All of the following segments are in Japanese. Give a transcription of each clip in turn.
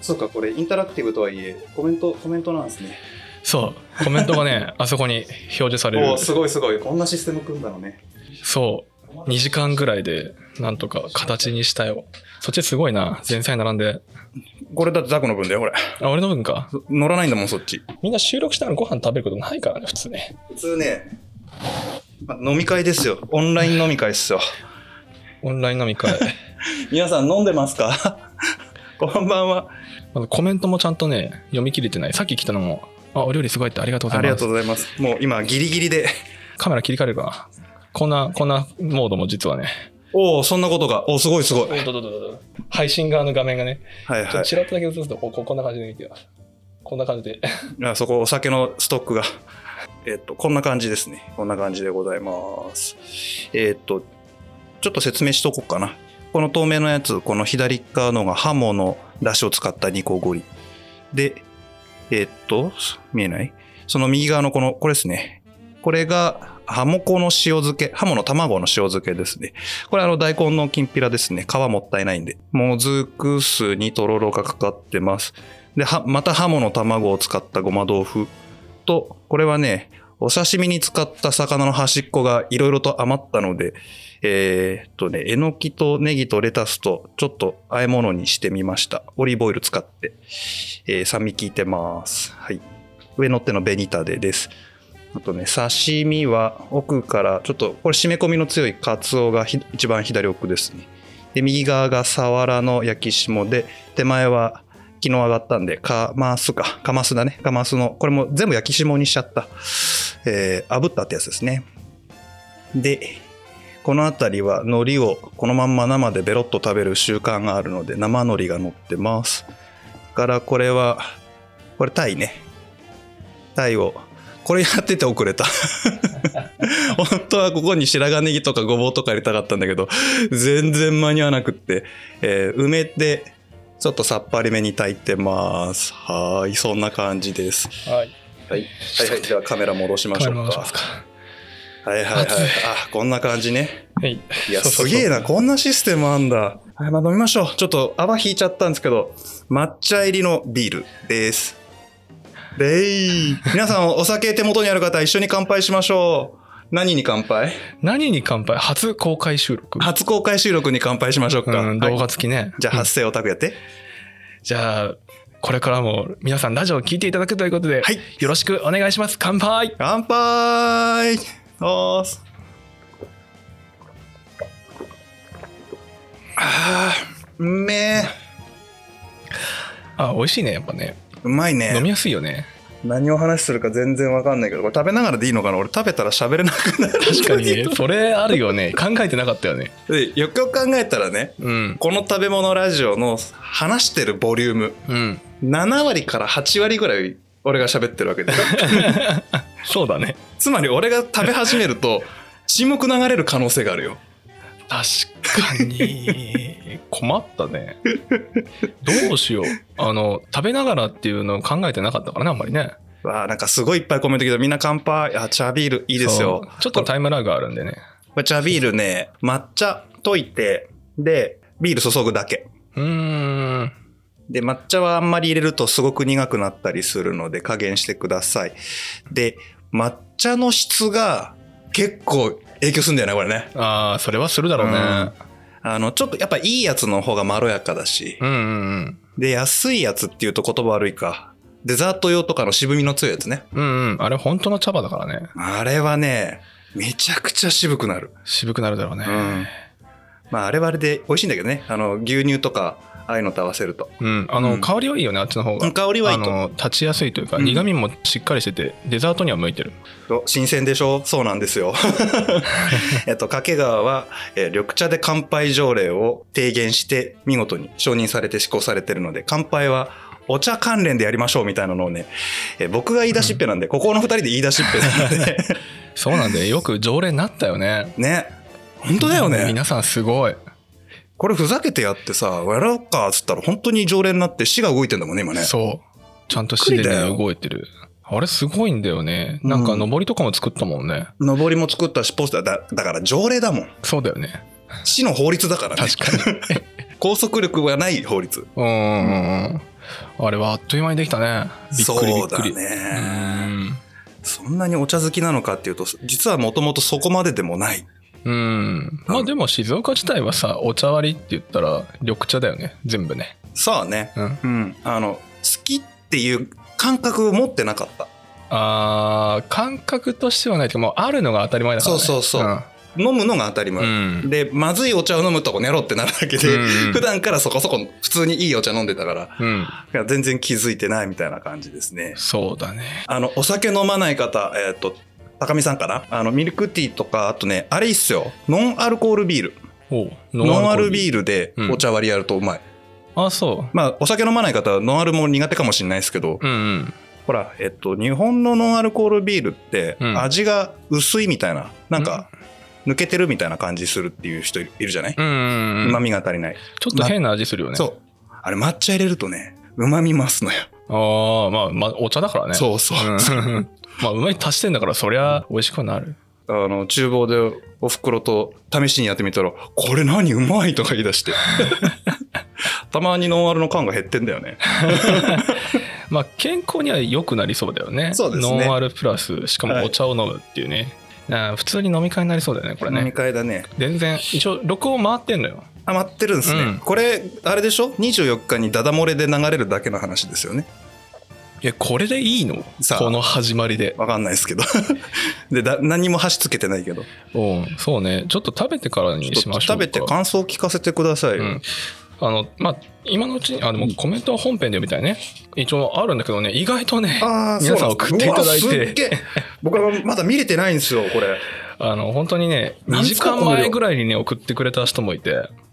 そうか、これインタラクティブとはいえ、コメント、コメントなんですね。そうコメントが ねあそこに表示されおるお、すごいすごい。こんなシステム組んだのね。そう2時間ぐらいでなんとか形にしたよそっちすごいな前菜並んでこれだってザクの分だよ、これ。あ俺の分か乗らないんだもん、そっち。みんな収録しながらご飯食べることないからね普通ね普通ね、ま飲み会ですよ。オンライン飲み会ですよ。オンライン飲 み会皆さん飲んでますか こんばんは。まだコメントもちゃんとね読み切れてないさっき来たのもあお料理すごいってありがとうござあいりがまとすうございます。もう今、ギリギリで。カメラ切り替えるかなこんなこんなモードも実はねおお、そんなことが。おお、すごいすごい。どどどどど配信側の画面がねはいちはょっいと。ちらっとだけ映すとこうこうこんな感じで見てよこんな感じであそこお酒のストックが。 えっと、こんな感じですね。こんな感じでございます。えっと、ちょっと説明しとこうかな。この透明のやつ、この左側のがハモの出汁を使ったニコゴリ。で、えっと、見えないその右側のこの、これですね。これが、ハモコの塩漬け。ハモの卵の塩漬けですね。これあの大根のきんぴらですね。皮もったいないんで。もずく酢にとろろがかかってます。で、は、またハモの卵を使ったごま豆腐と、これはね、お刺身に使った魚の端っこがいろいろと余ったので、えーっとね、えのきとネギとレタスとちょっと和え物にしてみました。オリーブオイル使って、えー酸味効いてます。はい。上乗ってのベニタデです。あとね、刺身は奥から、ちょっと、これ締め込みの強いカツオがひ一番左奥ですね。で、右側がサワラの焼き霜で、手前は昨日上がったんで、カマスか。カマスだね。カマスの、これも全部焼き霜にしちゃった。えー、炙ったってやつですね。で、この辺りは海苔をこのまんま生でベロッと食べる習慣があるので、生海苔が乗ってます。からこれは、これタイね。タイを。これやってて遅れた。 本当はここに白髪ネギとかごぼうとか入れたかったんだけど、全然間に合わなくって、えー、梅でちょっとさっぱりめに炊いてます。はーい、そんな感じです。はいはい、はい、はい、ではカメラ戻しまカしメラょう回しまかす。かはい、はい、はい熱い。あ、こんな感じね。はいいや、そうそすうそうげえな、こんなシステムあんだ。はい、まあ飲みましょう。ちょっと泡引いちゃったんですけど、抹茶入りのビールです。でい。皆さん、お酒手元にある方、一緒に乾杯しましょう。何に乾杯何に乾杯初公開収録初公開収録に乾杯しましょうか。うん、動はい画付きね、じゃあ、発声オタクやって。じゃあこれからも皆さんラジオを聞いていただくということで、はいよろしくお願いします乾杯乾杯おーすあーうめえあ美味しいねやっぱねうまい飲みねやすいよね何を話するか全然わかんないけどこれ食べながらでいいのかな俺食べたら喋れなくなる確かに ねそれあるよね考えてなかったよね でよくよく考えたらねうんこの食べ物ラジオの話してるボリュームうん7割から8割ぐらい俺が喋ってるわけで そうだねつまり俺が食べ始めると沈黙流れる可能性があるよ確か に困ったねどうしようあの食べながらっていうのを考えてなかったからねあんまりねわあなんかすごいいっぱいコメント来たみんな乾杯あチャービールいいいですよちょっとタイムラグがあるんでねこれ茶ビールね、 抹茶溶いて、で、ビール注ぐだけ。うーんで、抹茶はあんまり入れるとすごく苦くなったりするので加減してください。で、抹茶の質が結構影響するんだよね、これね。ああそれはするだろうねあの、ちょっとやっぱいいやつの方がまろやかだし、うんうんで、安いやつっていうと言葉悪いか。デザート用とかの渋みの強いやつね。うんうんうんあれ本当の茶葉だからねあれはね、めちゃくちゃ渋くなる。渋くなるだろうねうん。まあ、あれはあれで美味しいんだけどね。あの、牛乳とか、ああいうのと合わせると。うん、あの、うん香りはいいよねあっちの方がうん香りはいいとあの立ちやすいというか、うん苦味もしっかりしててデザートには向いてるお新鮮でしょそうなんです よ。えっと、掛川は、えー緑茶で乾杯条例を提言して、見事に承認されて施行されてるので、乾杯はお茶関連でやりましょうみたいなのをね、えー僕が言い出しっぺなんで、ここの二人で言い出しっぺなんで、そうなんでよく常連になったよねね。 本当だよね。皆さんすごいこれふざけてやってさ、やろうかっつったら本当に常連になって死が動いてんだもんね、今ね。そうちゃんとシでびっくりだねよ動いてるあれすごいんだよねなんかうん上りとかも作ったもんね、上りも作ったし、ポスターだ、だから条例だもん。そうだよね 死の法律だからね。確かに拘束力がない法律。うんうんうんあれはあっという間にできたね。びっくりびそっうだくり。うね。んそんなにお茶好きなのかっていうと、実はもともとそこまででもない。うん。まあでも静岡自体はさ、お茶割りって言ったら緑茶だよね。全部ね。さあね。うん。うん。あの、好きっていう感覚を持ってなかった。あー感覚としてはないけど、もうあるのが当たり前だから、ね。そうそうそう飲むのが当たりうん。う前。ん。で、まずいお茶を飲むとこ寝ろってなるだけで、うん普段からそこそこ普通にいいお茶飲んでたから、うん。全然気づいてないみたいな感じですね。そうだね。あの、お酒飲まない方、えっ、と、高見さんかなあの、ミルクティーとか、あとね、あれいいっすよ。ノンアルコールビール。おうノンアルビーールでうんお茶割りやるとうまい。ル。あ、そまあ、お酒飲まない方はノンアルも苦手かもしれないですけど、う。うんうん。ほら、えっと、日本のノンアルコールビールってうん味が薄いみたいな、なんか、抜けてるみたいな感じするっていう人いるじゃない、うんうんうん、旨味が足りない。ちょっと変な味するよね。そう。あれ、抹茶入れるとね、旨味増すのよ。ああ、まあ、まあ、お茶だからね。そうそう。うん。 まあ、うまい足してんだから、そりゃ美味しくはなる。あの、厨房でお袋と試しにやってみたら、これ何うまいとか言い出 して。たまにノンアルの缶が減ってんだよね。まあ、健康には良くなりそうだよね。そうですねノンアルプラス、しかはいもお茶を飲むっていうね。あー普通に飲み会になりそうだよね、これ飲みね。会だね。全然、一応、録音回ってんのよ。あ、待ってるんですね。うんこれ、あれでしょ ?24 日にダダ漏れで流れるだけの話ですよね。いや、これでいいのさあこの始まりで。わかんないですけど。 で、だ何も箸つけてないけど。うん、そうね。ちょっと食べてからにしましょう食か。べて感想を聞かせてくださいよ。うんあの、まあ、今のうちに、あ、でもコメントは本編でみたいね。一応あるんだけどね、意外とね、ああ、皆さんそうなんです送っていただいてうわすっげえ。僕はまだ見れてないんですよ、これ。あの、本当にね、2なん時すか間前ぐらいにね、送ってくれた人もいて、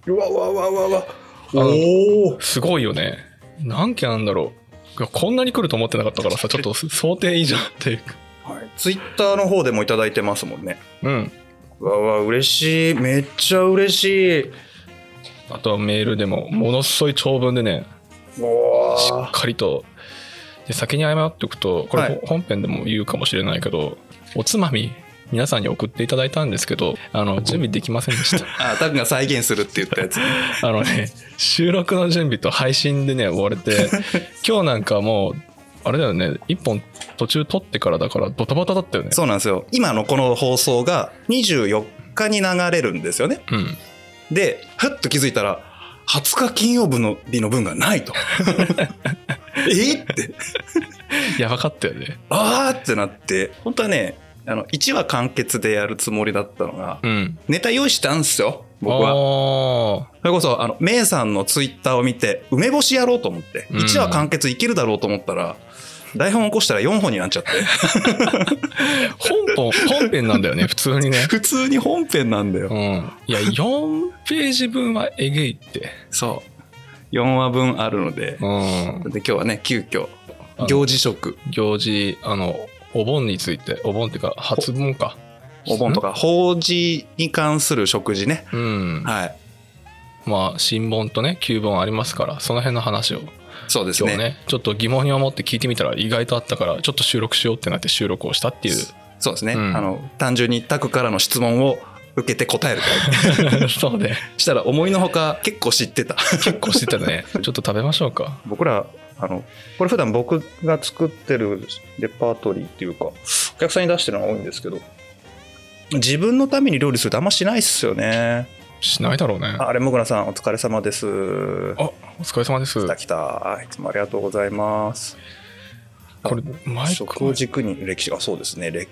うわうわうわうわうわ。のおお。すごいよね。何件あんだろう。いやこんなに来ると思ってなかったから さ、ちょっと想定以上っていうか。はい、ツイッターの方でもいただいてますもんね。うん。うわうわ、嬉しい。めっちゃ嬉しい。あとはメールでも、ものすごい長文でね、おしーっかりと。で先に謝っておくと、これ、はい本編でも言うかもしれないけど、おつまみ、皆さんに送っていただいたんですけど、あの、準備できません でした。あ、タクが再現するって言ったやつ。あのね、収録の準備と配信でね、追われ て、今日なんかもう、あれだよね、一本途中撮ってからだから、ドタバタだったよね。 そうなんですよ。今のこの放送が24日に流れるんですよね。うん。で、ふっと気づいたら、20日金曜日の日の分がない と。えって、やばかったよね。あーってなって、本当はね、あの、1話完結でやるつもりだったのが、うん。ネタ用意したんですよ、僕は。は。それこそ、あの、メイさんのツイッターを見て、梅干しやろうと思って、うん1話完結いけるだろうと思ったら、台本起こしたら4本になっちゃって、本本、本編なんだ よね、普通にね。普通に本編なんだよう。ん。いや、4ページ分はえげいって。そう。4話分あるので、うん。で今日はね、急遽あの、行事食、行事、あの、お盆について、お盆っていうか、初盆か。お盆とか、法事に関する食事ね。うん。はい。まあ、新盆とね、旧盆ありますから、その辺の話を。そうです今ね。日ねちょっと疑問に思って聞いてみたら意外とあったからちょっと収録しようってなって収録をしたっていうそうですね。うんあの、単純にタクからの質問を受けて答え るタイ そうねプしたら思いのほか結構知ってた。結構してたねちょっと食べましょうか僕ら、あの、これ普段僕が作ってるレパートリーっていうか、お客さんに出してるのが多いんですけど、自分のために料理するってあんましないっすよね。しないだろうねああれ、もぐらさん、お疲れ様です。お疲れ様です来た来た。いつもありがとうございます。これマイク食を軸に歴史がそうですね。れ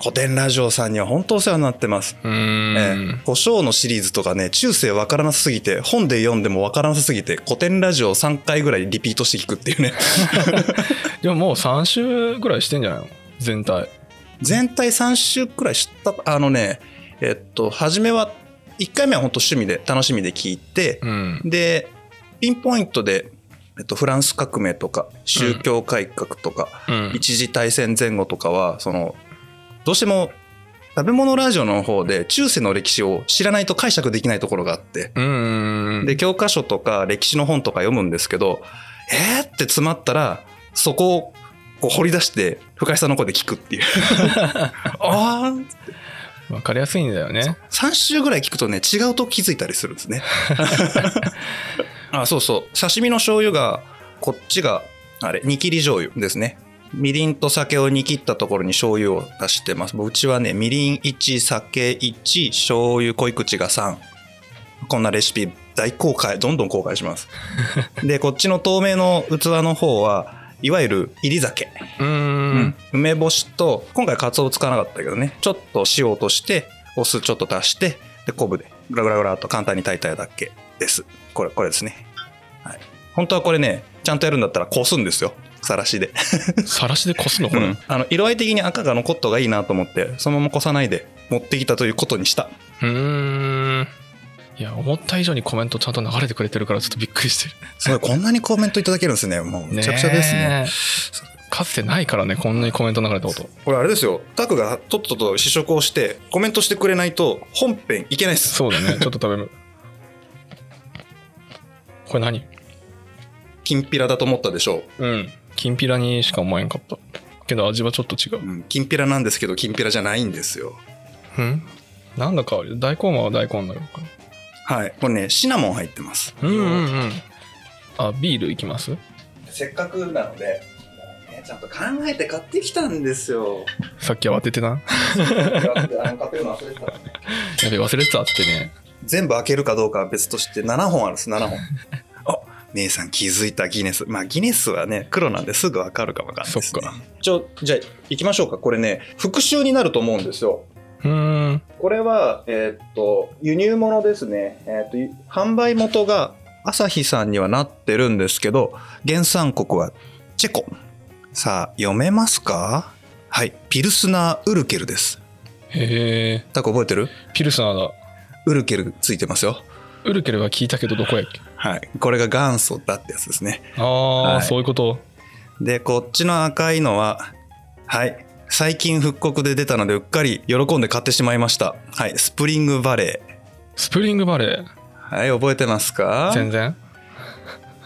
古典ラジオさんには本当お世話になってます。うーん胡椒のシリーズとかね、中世わからなさすぎて、本で読んでもわからなさすぎて、古典ラジオ3回ぐらいリピートして聞くっていうね。でももう3週ぐらいしてんじゃないの全体全体3週くらい知った、あのね、えっと、初めは、1回目は本当趣味で、楽しみで聞いて、うんで、ピンポイントで、えっと、フランス革命とか、宗教改革とか、うん一次大戦前後とかはそのどうしても食べ物ラジオの方で中世の歴史を知らないと解釈できないところがあってうんうんうんで教科書とか歴史の本とか読むんですけどえーって詰まったらそこをこう掘り出して深井さんの声で聞く っていうあーわかりやすいんだよね3週ぐらい聞くとね違 うと気づいたりするんですねあそうそう刺身の醤油がこっちが、あれ、煮切り醤油ですね。みりんと酒を煮切ったところに醤油を足してます。うちはね、みりん1、酒1、醤油、濃い口が3。こんなレシピ大公開、どんどん公開し ます。で、こっちの透明の器の方は、いわゆる入り酒。うーん。梅干しと今回カツオ使わなかったけどねちょっと塩落としてお酢ちょっと足してで昆布でグラグラグラっと簡単に炊いただけですこれこれですね、はい、本当はこれねちゃんとやるんだったらこすんですよさらしで、さらしでこすのこれ。う あの色合い的に赤が残った方がいいなと思ってそのままこさないで持ってきたということにしたーん。いや、思った以上にコメントちゃんと流れてくれてるからちょっとびっくりしてすごいこんなにコメントいただけるんですねもうる。めちゃくちゃですねねえかつてないからね、こんなにコメント流れたこと。これあれですよタクがとっとと試食をしてコメントしてくれないと本編いけないですそうだ ね。ちょっと食べる。これ何きんぴらだと思ったでしょううん。きんぴらにしか思えんかった。けど味はちょっと違う。うん、きんぴらなんですけど、きんぴらじゃないんですよ。うんなんだか大根は大根になるのかな。はい。これね、シナモン入ってます。うんうんうん。あ、ビールいきますせっかくなので、ね、ちゃんと考えて買ってきたんですよ。 さっき慌ててな。やべ、忘れてたってね。全部開けるかどうかは別として、7本あるんです、7本。 あ姉さん気づいたギネス。まあギネスはね、黒なんですぐわかるかわかんないです、ね。そっか。ちょ、じゃあ行きましょうか。これね、復習になると思うんですよ。うーん。これは、えーっと、輸入物ですね。えーっとゆ、販売元が朝日さんにはなってるんですけど、原産国はチェコ。さあ、読めますかはい。ピルスナー・ウルケルです。へえ。タコ覚えてるピルスナーだ。ウルケルついてますよ。ウルケルは聞いたけどどこやっけはい。これが元祖だってやつですね。ああー、はいそういうこと。で、こっちの赤いのは、はい。最近復刻で出たので、うっかり喜んで買ってしまいました。はい。スプリングバレー。スプリングバレはい、覚えてますかー。全然。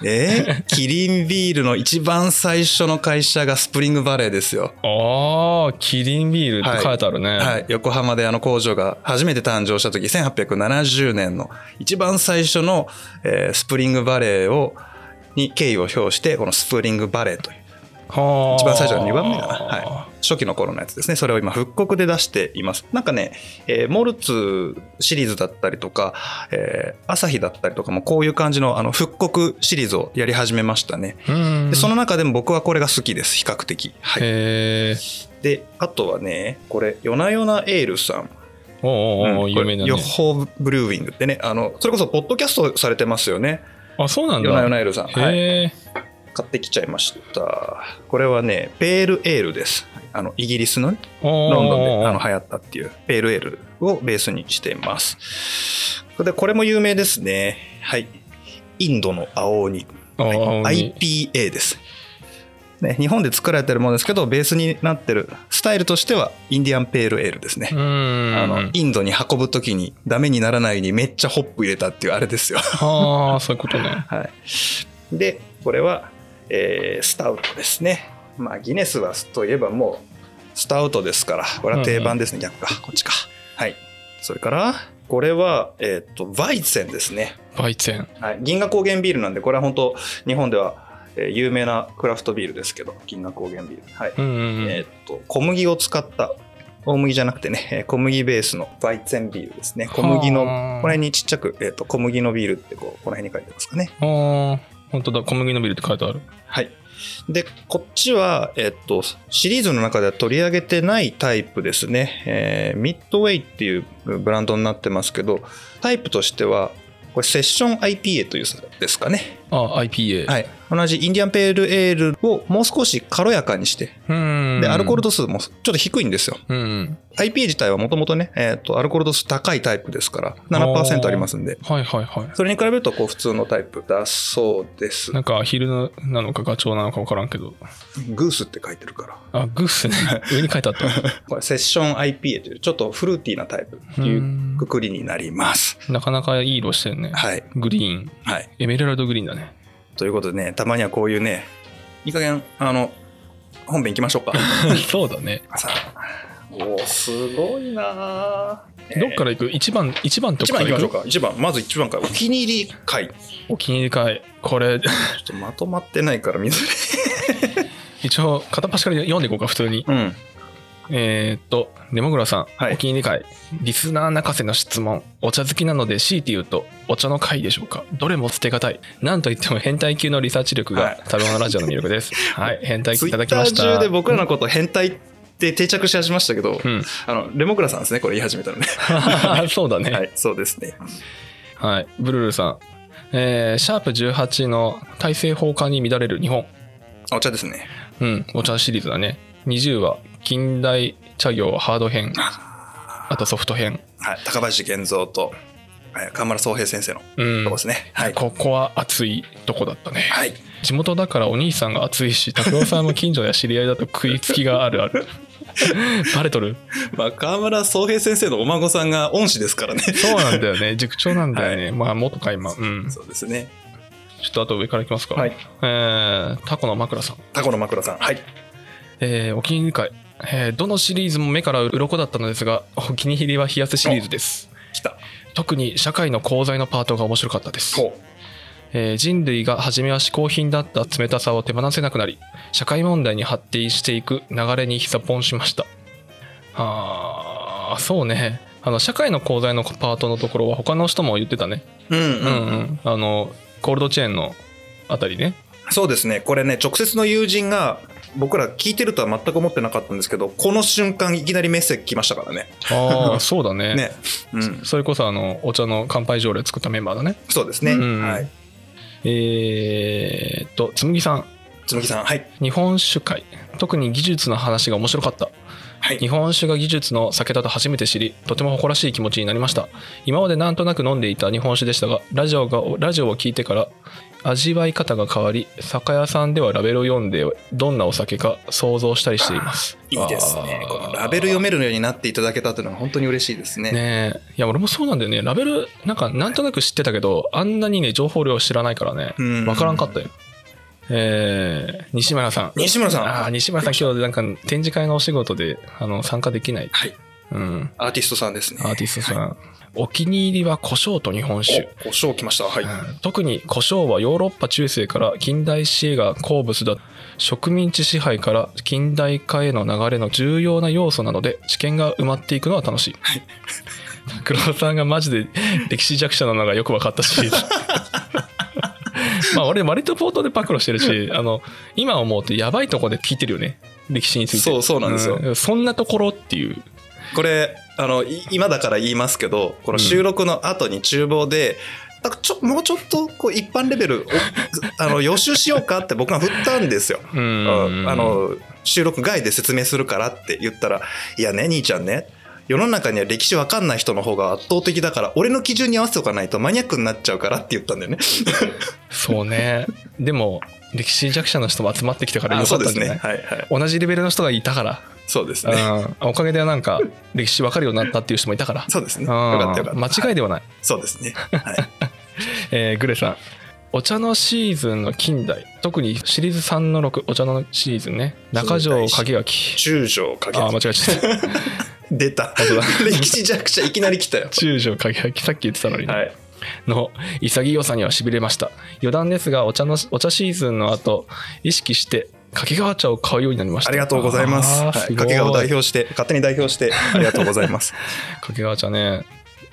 えーキリンビールの一番最初の会社がスプリングバレーですよ。ああ、キリンビールって書いてあるね。はい、横浜であの工場が初めて誕生した時1870年の一番最初の、えースプリングバレーをに敬意を表してこのスプリングバレーというはあ一番最初の2番目かな、はい、初期の頃のやつですねそれを今復刻で出していますなんかね、えーモルツシリーズだったりとか、えー朝日だったりとかもこういう感じのあの復刻シリーズをやり始めましたねうーん。でその中でも僕はこれが好きです比較的、はい、へえ。であとはねこれ夜な夜なエールさんおうおうおう、うんこ有れ名な予ね。報ブルーウィングってねあのそれこそポッドキャストされてますよねあ、そうなんだ。夜な夜なエールさん、はい、へえ。買ってきちゃいましたこれはねペールエールですあのイギリスのねロロンドンであの流行ったっていうペールエールをベースにしていますでこれも有名ですねはいインドの青鬼はい IPA です、ね、日本で作られてるものですけどベースになってるスタイルとしてはインディアンペールエールですね、うーん。あのインドに運ぶ時にダメにならないようにめっちゃホップ入れたっていうあれですよ、ああ、そういうことね。はい、 でこれは、えースタウトですねまあギネスはといえばもうスタウトですからこれは定番ですね、逆かこっちかはいそれからこれは、えー、とバイセンですねバイツェン。はい、銀河高原ビールなんでこれは本当日本では、えー有名なクラフトビールですけど銀河高原ビール、はいうんうんうえーん。っと小麦を使った大麦じゃなくてねえー小麦ベースのバイツェンビールですね小麦のこはあの辺にちっちゃく、えーっと小麦のビールってこうこの辺に書いてますかねああ、本当だ。小麦のビールって書いてある。はいでこっちは、えーっとシリーズの中では取り上げてないタイプですね、えーミッドウェイっていうブランドになってますけどタイプとしてはこれセッション IPA というですかねあ、IPA。はい、同じインディアンペールエールをもう少し軽やかにしてうーん。でアルコール度数もちょっと低いんですようんうん。 IPA 自体はもともとね、えー、とアルコール度数高いタイプですから7%ありますんではいはいはい。それに比べるとこう普通のタイプだそうですなんかアヒルのなのかガチョウなのか分からんけど。グースって書いてるからあ、グースね。上に書いて あった。これセッション IPA というちょっとフルーティーなタイプっていううんくくりになりますなかなかいい色してるね。はいグリーン。はいエメラルドグリーン だね。ということでねたまにはこういうねいい加減あの本編行きましょうかそうだね。さあおーすごいなどっからら行く一番、一番と一か番いきらましょ行うくか一番まず一番からお気に入り回ちょお気に入り会。これ、っ とまとまってないから見づ一応、片っ端から読んでいこうか、普通に。らい うんえーっと、デモグラさん、はいお気に入り会。リスナー泣かせの質問。お茶好きなので、強いて言うと、お茶の会でしょうか。どれも捨てがたい。なんといっても変態級のリサーチ力はがい、食べ物ラジオの魅 力です。はい、変態ツ級イいたッだきタましーた。中で僕らのこと変態って定着し始めましたけど、うん。あのレモクラさんですねこれ言い始めたのね そうだね。はいそうですねはい、ブルルさん、えーシャープ18の大政奉還に乱れる日本、あお茶ですねうん、お茶シリーズだね。20は近代茶業ハー ド編、あとソフト編。はい高林玄三とはい河村宗平先生のうんとこ、ですね、はいここは熱いとこだったね。はい地元だからお兄さんが熱いし、拓郎さんも近所や知り合いだと食いつきがあるあ る。バレとるまあ、河村宗平先生のお孫さんが恩師ですからね。そうなんだよ ね。塾長なんだよね。まあ、元か今。うん。ちょそうですね。っとあと上からいきますか。はい。えー、タコの枕さん。タコの枕さん。はい。えーお気に入り会、えーどのシリーズも目から鱗だったのですがお気に入りは冷や汗シリーズです来た。特に社会の功罪のパートが面白かったです、ほえー人類が初めは嗜好品だった冷たさを手放せなくなり社会問題に発展していく流れにひさぽんしましたあーそうねあの社会の功罪のパートのところは他の人も言ってたねう。うんうんうん、あのコールドチェーンのあたりねそうですね。これね、直接の友人が、僕ら聞いてるとは全く思ってなかったんですけど、この瞬間いきなりメッセージ来ましたからね。 ああそうだねね。うん。それこそあのお茶の乾杯条例作ったメンバーだねそうですね。うんはい。えーっと、つむぎさん、つむぎさん。はい。日本酒会、特に技術の話が面白かった。は日い。本酒が技術の酒だと初めて知り、とても誇らしい気持ちになりました。今までなんとなく飲んでいた日本酒でしたが、ラジオがラジオを聞いてから、味わい方が変わり、酒屋さんではラベルを読んで、どんなお酒か想像したりしています。いいですね。あーこのラベル読めるようになっていただけたというのは本当に嬉しいですね。ねえ。いや、俺もそうなんだよね。ラベル、なんか、なんとなく知ってたけど、あんなにね、情報量知らないからね。うんわからんかったよ。えー、西村さん。西村さん。ああー、西村さん、今日、なんか、展示会のお仕事で、あの、参加できない。はい。うん。アーティストさんですね。アーティストさん。はお気に入りは胡椒と日本い。酒。お、胡椒来ました。はい。うん特に胡椒はヨーロッパ中世から近代史へが好物だ植民地支配から近代化への流れの重要な要素なので知見が埋まっていくのは楽しい黒田さんがマジで歴史弱者なのがよく分かったし まあ俺割と冒頭で暴露してるしあの今思うとやばいとこで聞いてるよね歴史についてそうそうなんですようそんなところっていうこれあのい今だから言いますけどこの収録の後に厨房で、なんかちょもうちょっとこう一般レベルお あの予習しようかって僕が振ったんですよ。うあんの収録外で説明するからって言ったら「いやね兄ちゃんね世の中には歴史わかんない人の方が圧倒的だから俺の基準に合わせておかないとマニアックになっちゃうから」って言ったんだよね。そうねでも歴史弱者の人も集まってきたからあよそかうっですたんじゃね。ないはいはい。同じレベルの人がいたから、そうですね。うん、おかげでな んか歴史分かるようになったっていう人もいたから、そうですね。うよん、かったよかった。間違いで。ではない、そうですね。はい。えーグレさんお茶のシーズンの近代特にシリーズ3の6お茶のシーズンね中条景明中将かけあー間違えちゃった出た。歴史弱者いきなり来たよ。中条景明さっき言ってたのに、ねはい。の潔さには痺れました余談ですがお茶のお茶シーズンの後意識して掛川茶を買うようになりましたありがとうございます。あはーいごい掛川を代表して、勝手に代表して、ありがとうござい ます。掛川茶ね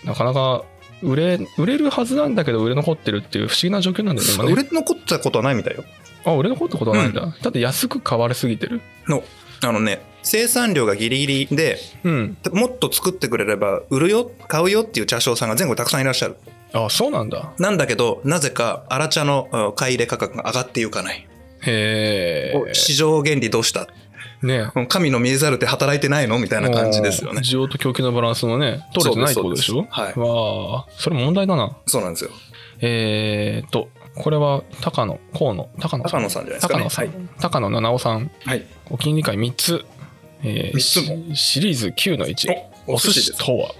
なかなか売れ売れるはずなんだけど売れ残ってるっていう不思議な状況なんだよね今ね売れ残ったことはないみたいよ。あ売れ残ったことはないんだ、だって安く買われすぎてるの、あのね、生産量がギリギリで、うんもっと作ってくれれば、売るよ、買うよっていう茶商さんが全国たくさんいらっしゃる。あそうなんだなんだけど、なぜか、荒茶のうん買い入れ価格が上がっていかない。へお市場原理どうしたえねうん神の見えざるって働いてないのみたいな感じですよね。需要と供給のバランスのね取れてないってことでしそうょですそうですわあそれ問題だなそうなんですよ。えー、とこれは高野河野高野高野さんじゃないですかね。高野さん、はい高野七尾さんはい。お気に入り会3つ、え三つもシリーズ9の1おお寿司とは、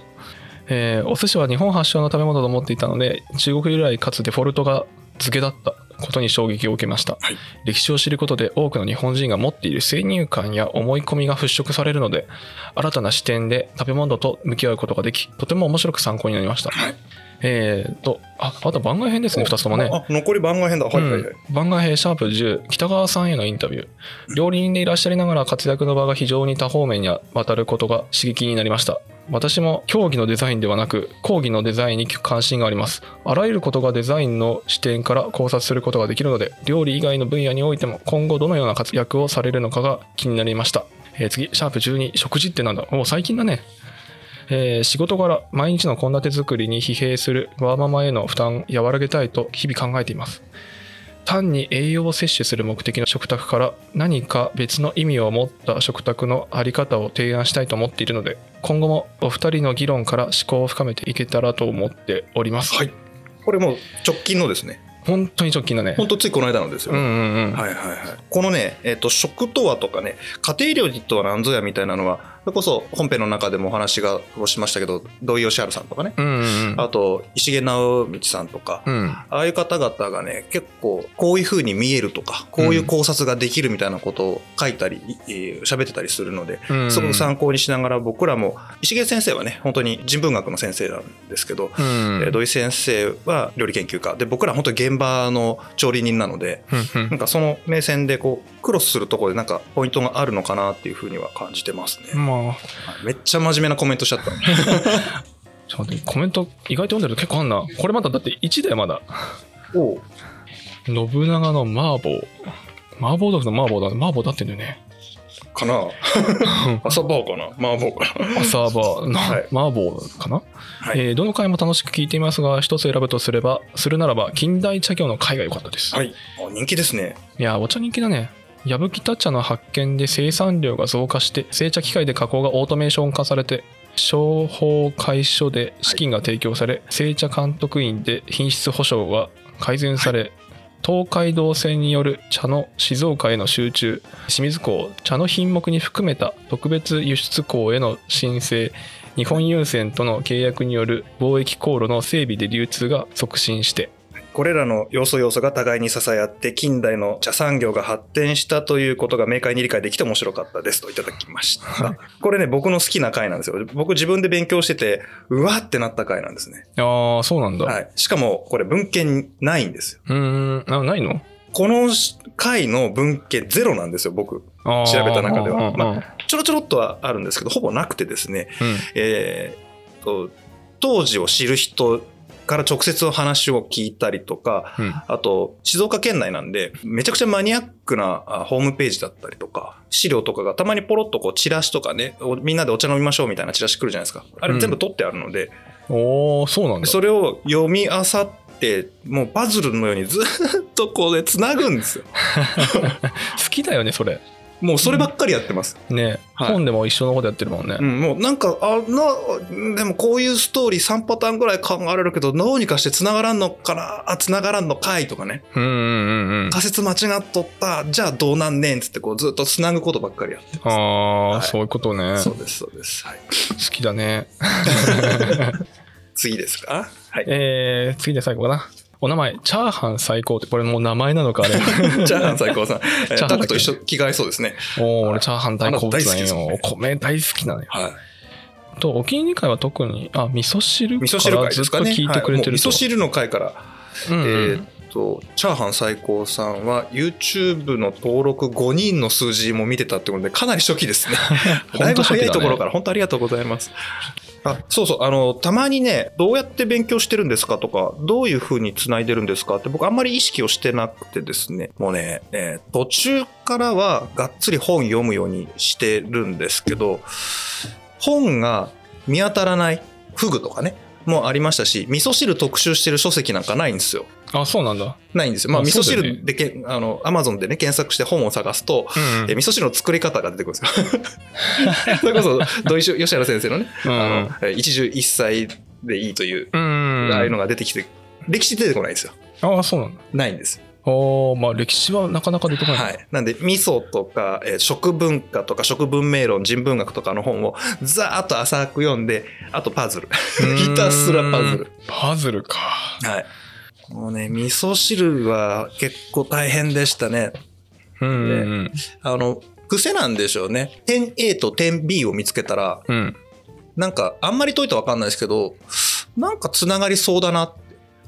えーお寿司は日本発祥の食べ物と思っていたので中国由来かつデフォルトが漬けだったことに衝撃を受けました、はい歴史を知ることで多くの日本人が持っている先入観や思い込みが払拭されるので新たな視点で食べ物と向き合うことができとても面白く参考になりました、はいえーとああと番外編ですね2つともねあ、残り番外編だ。はいはいはい。うん番外編シャープ10北川さんへのインタビュー料理人でいらっしゃりながら活躍の場が非常に多方面にわたることが刺激になりました私も競技のデザインではなく講義のデザインに関心がありますあらゆることがデザインの視点から考察することができるので料理以外の分野においても今後どのような活躍をされるのかが気になりました、えー次シャープ12食事ってなんだもう最近だねえー仕事柄毎日の献立作りに疲弊するワーママへの負担を和らげたいと日々考えています単に栄養を摂取する目的の食卓から何か別の意味を持った食卓の在り方を提案したいと思っているので今後もお二人の議論から思考を深めていけたらと思っております、はいこれもう直近のですね。本当に直近だねほんとついこの間のですようんうね。んうん、はいはいはい。このね、えっ、と、食とはとかね、家庭料理とは何ぞやみたいなのは、それこそ本編の中でもお話がをしましたけど、土井善晴さんとかね、うんうんうんあと、石毛直道さんとか、うんああいう方々がね、結構こういう風に見えるとか、こういう考察ができるみたいなことを書いたり、えー喋ってたりするので、うんすごく参考にしながら僕らも、石毛先生はね、本当に人文学の先生なんですけど、うんえー土井先生は料理研究家で僕ら本当に現場の調理人なのでうんうんなんかその目線でこうクロスするところでなんかポイントがあるのかなっていうふうには感じてますね、 まあはいめっちゃ真面目なコメントしちゃったちょっと待ってコメント意外と読んでると結構あんなこれまだだって1だよまだお信長の麻婆麻婆豆腐の麻婆だ麻婆だってんだよねかな 朝バーかな麻婆 かなサーバーの、はい麻婆かな、はいえーどの回も楽しく聞いていますが一つ選ぶとすればするならば近代茶業の回が良かったです、はいあ人気ですねいやーお茶人気だね矢吹田茶の発見で生産量が増加して製茶機械で加工がオートメーション化されて商法会所で資金が提供され、製茶監督員で品質保証が改善され、東海道線による茶の静岡への集中清水港茶の品目に含めた特別輸出港への申請日本郵船との契約による貿易航路の整備で流通が促進してこれらの要素要素が互いに支え合って近代の茶産業が発展したということが明快に理解できて面白かったですといただきました、これね僕の好きな回なんですよ僕自分で勉強しててうわってなった回なんですねああそうなんだ、はい。しかも、これ文献ないんですよ。うーんあないのこの回の文献ゼロなんですよ、僕。調調べた中ではうんまちょろちょろっとはあるんですけど、ほぼなくてですね、えーっと、当時を知る人から直接お話を聞いたりとか、うんあと、静岡県内なんで、めちゃくちゃマニアックなあホームページだったりとか、資料とかがたまにポロッとこう、チラシとかね、おみんなでお茶飲みましょうみたいなチラシ来るじゃないですか。あれ全部取ってあるので、うん、おおそうなんだそれを読み漁って、もうパズルのようにずーっとこうね、繋ぐんですよ。好きだよねそれもうそればっかりやってます。ね、はい本でも一緒のことやってるもんね、うん、もうなんか、あな、でもこういうストーリー3パターンぐらい考えられるけど、どうにかして繋がらんのかな、あ、繋がらんのかいとかね。うん、うんうんうん仮説間違っとった、じゃあどうなんねんっつってこうずっと繋ぐことばっかりやってあまあ、はいそういうことねす。そ好うです、そうです。はい。きだね次ですかはい。えー、次で最後かなお名前チャーハン最高ってこれもう名前なのか あれチャーハン最高さん。えチャーハンだータっけクと一緒、着替えそうですね。おー俺チャーハン大好物なあなんた大好きですよ、よねお米大好きなのよはい。とお気に入り会は特にあ味噌汁か味噌汁ら会ずでっすとかね。聞いてくれてはいもうる味と、噌汁の会からうんうんえーっと、チャーハン最高さんは YouTube の登録5人の数字も見てたってことで、かなり初期 ですね。だいぶ早いところから、本当ありがとうございます。あそうそう、あの、たまにね、どうやって勉強してるんですかとか、どういうふうにつないでるんですかって、僕あんまり意識をしてなくてですね、もうね、えー途中からはがっつり本読むようにしてるんですけど、本が見当たらない、フグとかね、もありましたし、味噌汁特集してる書籍なんかないんですよ。あそうなんだ、ないんですよ。まあ、あ味噌そうだよね汁でけ、あの、アマゾンでね、検索して本を探すと、うんうんえ味噌汁の作り方が出てくるんですよ。 それこそ、土井善原先生のね、あのえ一汁一菜でいいという、うん、ああいうのが出てきて、歴史出てこないんですよ。ああそうなんだないんです。おーまあ歴史はなかなか出てこない、はい。なんで、味噌とか、えー食文化とか、食文明論、人文学とかの本を、ざーっと浅 く読んで、あとパズル。ひたすらパズル。パズルか。はい。もうね、味噌汁は結構大変でしたね。うんうんあの、癖なんでしょうね。点 A と点 B を見つけたら、うんうんなんかあんまり解いてわかんないですけど、なんか繋がりそうだな。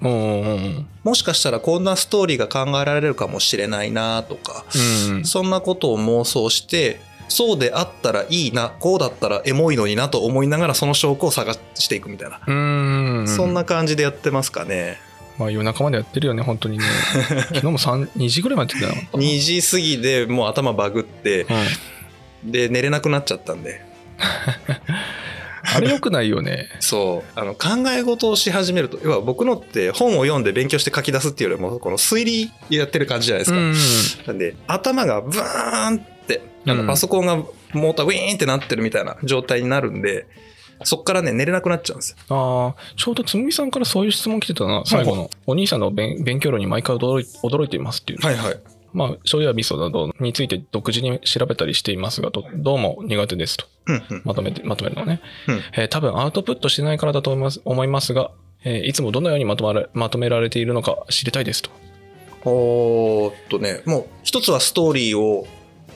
おーおーもしかしたらこんなストーリーが考えられるかもしれないなとか、おーうんそんなことを妄想して、そうであったらいいな、こうだったらエモいのになと思いながらその証拠を探していくみたいな。うんうんそんな感じでやってますかね。まあ夜中までやってるよね本当 にね昨日も三2時ぐらいまでやってた よ2時過ぎでもう頭バグって、うん、で、寝れなくなっちゃったんで。あれ良くないよねそう。あの、考え事をし始めると、要は僕のって本を読んで勉強して書き出すっていうよりも、この推理やってる感じじゃないですか。うなんんで、頭がブーンって、あうのんパソコンがモーターウィーンってなってるみたいな状態になるんで、そっからね、寝れなくなっちゃうんですよ。ああちょうどつむぎさんからそういう質問来てたな最後の、お兄さんの勉勉強論に毎回驚い驚いていますっていう、はいはい。まあ醤油や味噌などについて独自に調べたりしていますがとどうも苦手ですとうんうん。まとめてまとめるのね、うんえー多分アウトプットしてないからだと思います思いますが、えーいつもどのようにまとまれまとめられているのか知りたいですとおーっとね、もう一つはストーリーを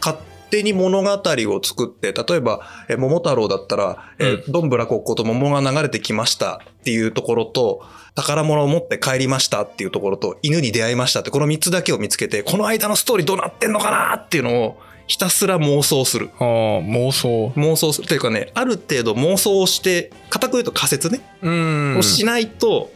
勝手に物語を作って、例えば、え桃太郎だったら、えうどんぶらこっこと桃が流れてきましたっていうところと、宝物を持って帰りましたっていうところと、犬に出会いましたって、この三つだけを見つけて、この間のストーリーどうなってんのかなっていうのをひたすら妄想する。ああ妄想妄想するというかね、ある程度妄想をして、固く言うと仮説ね、うんをしないと、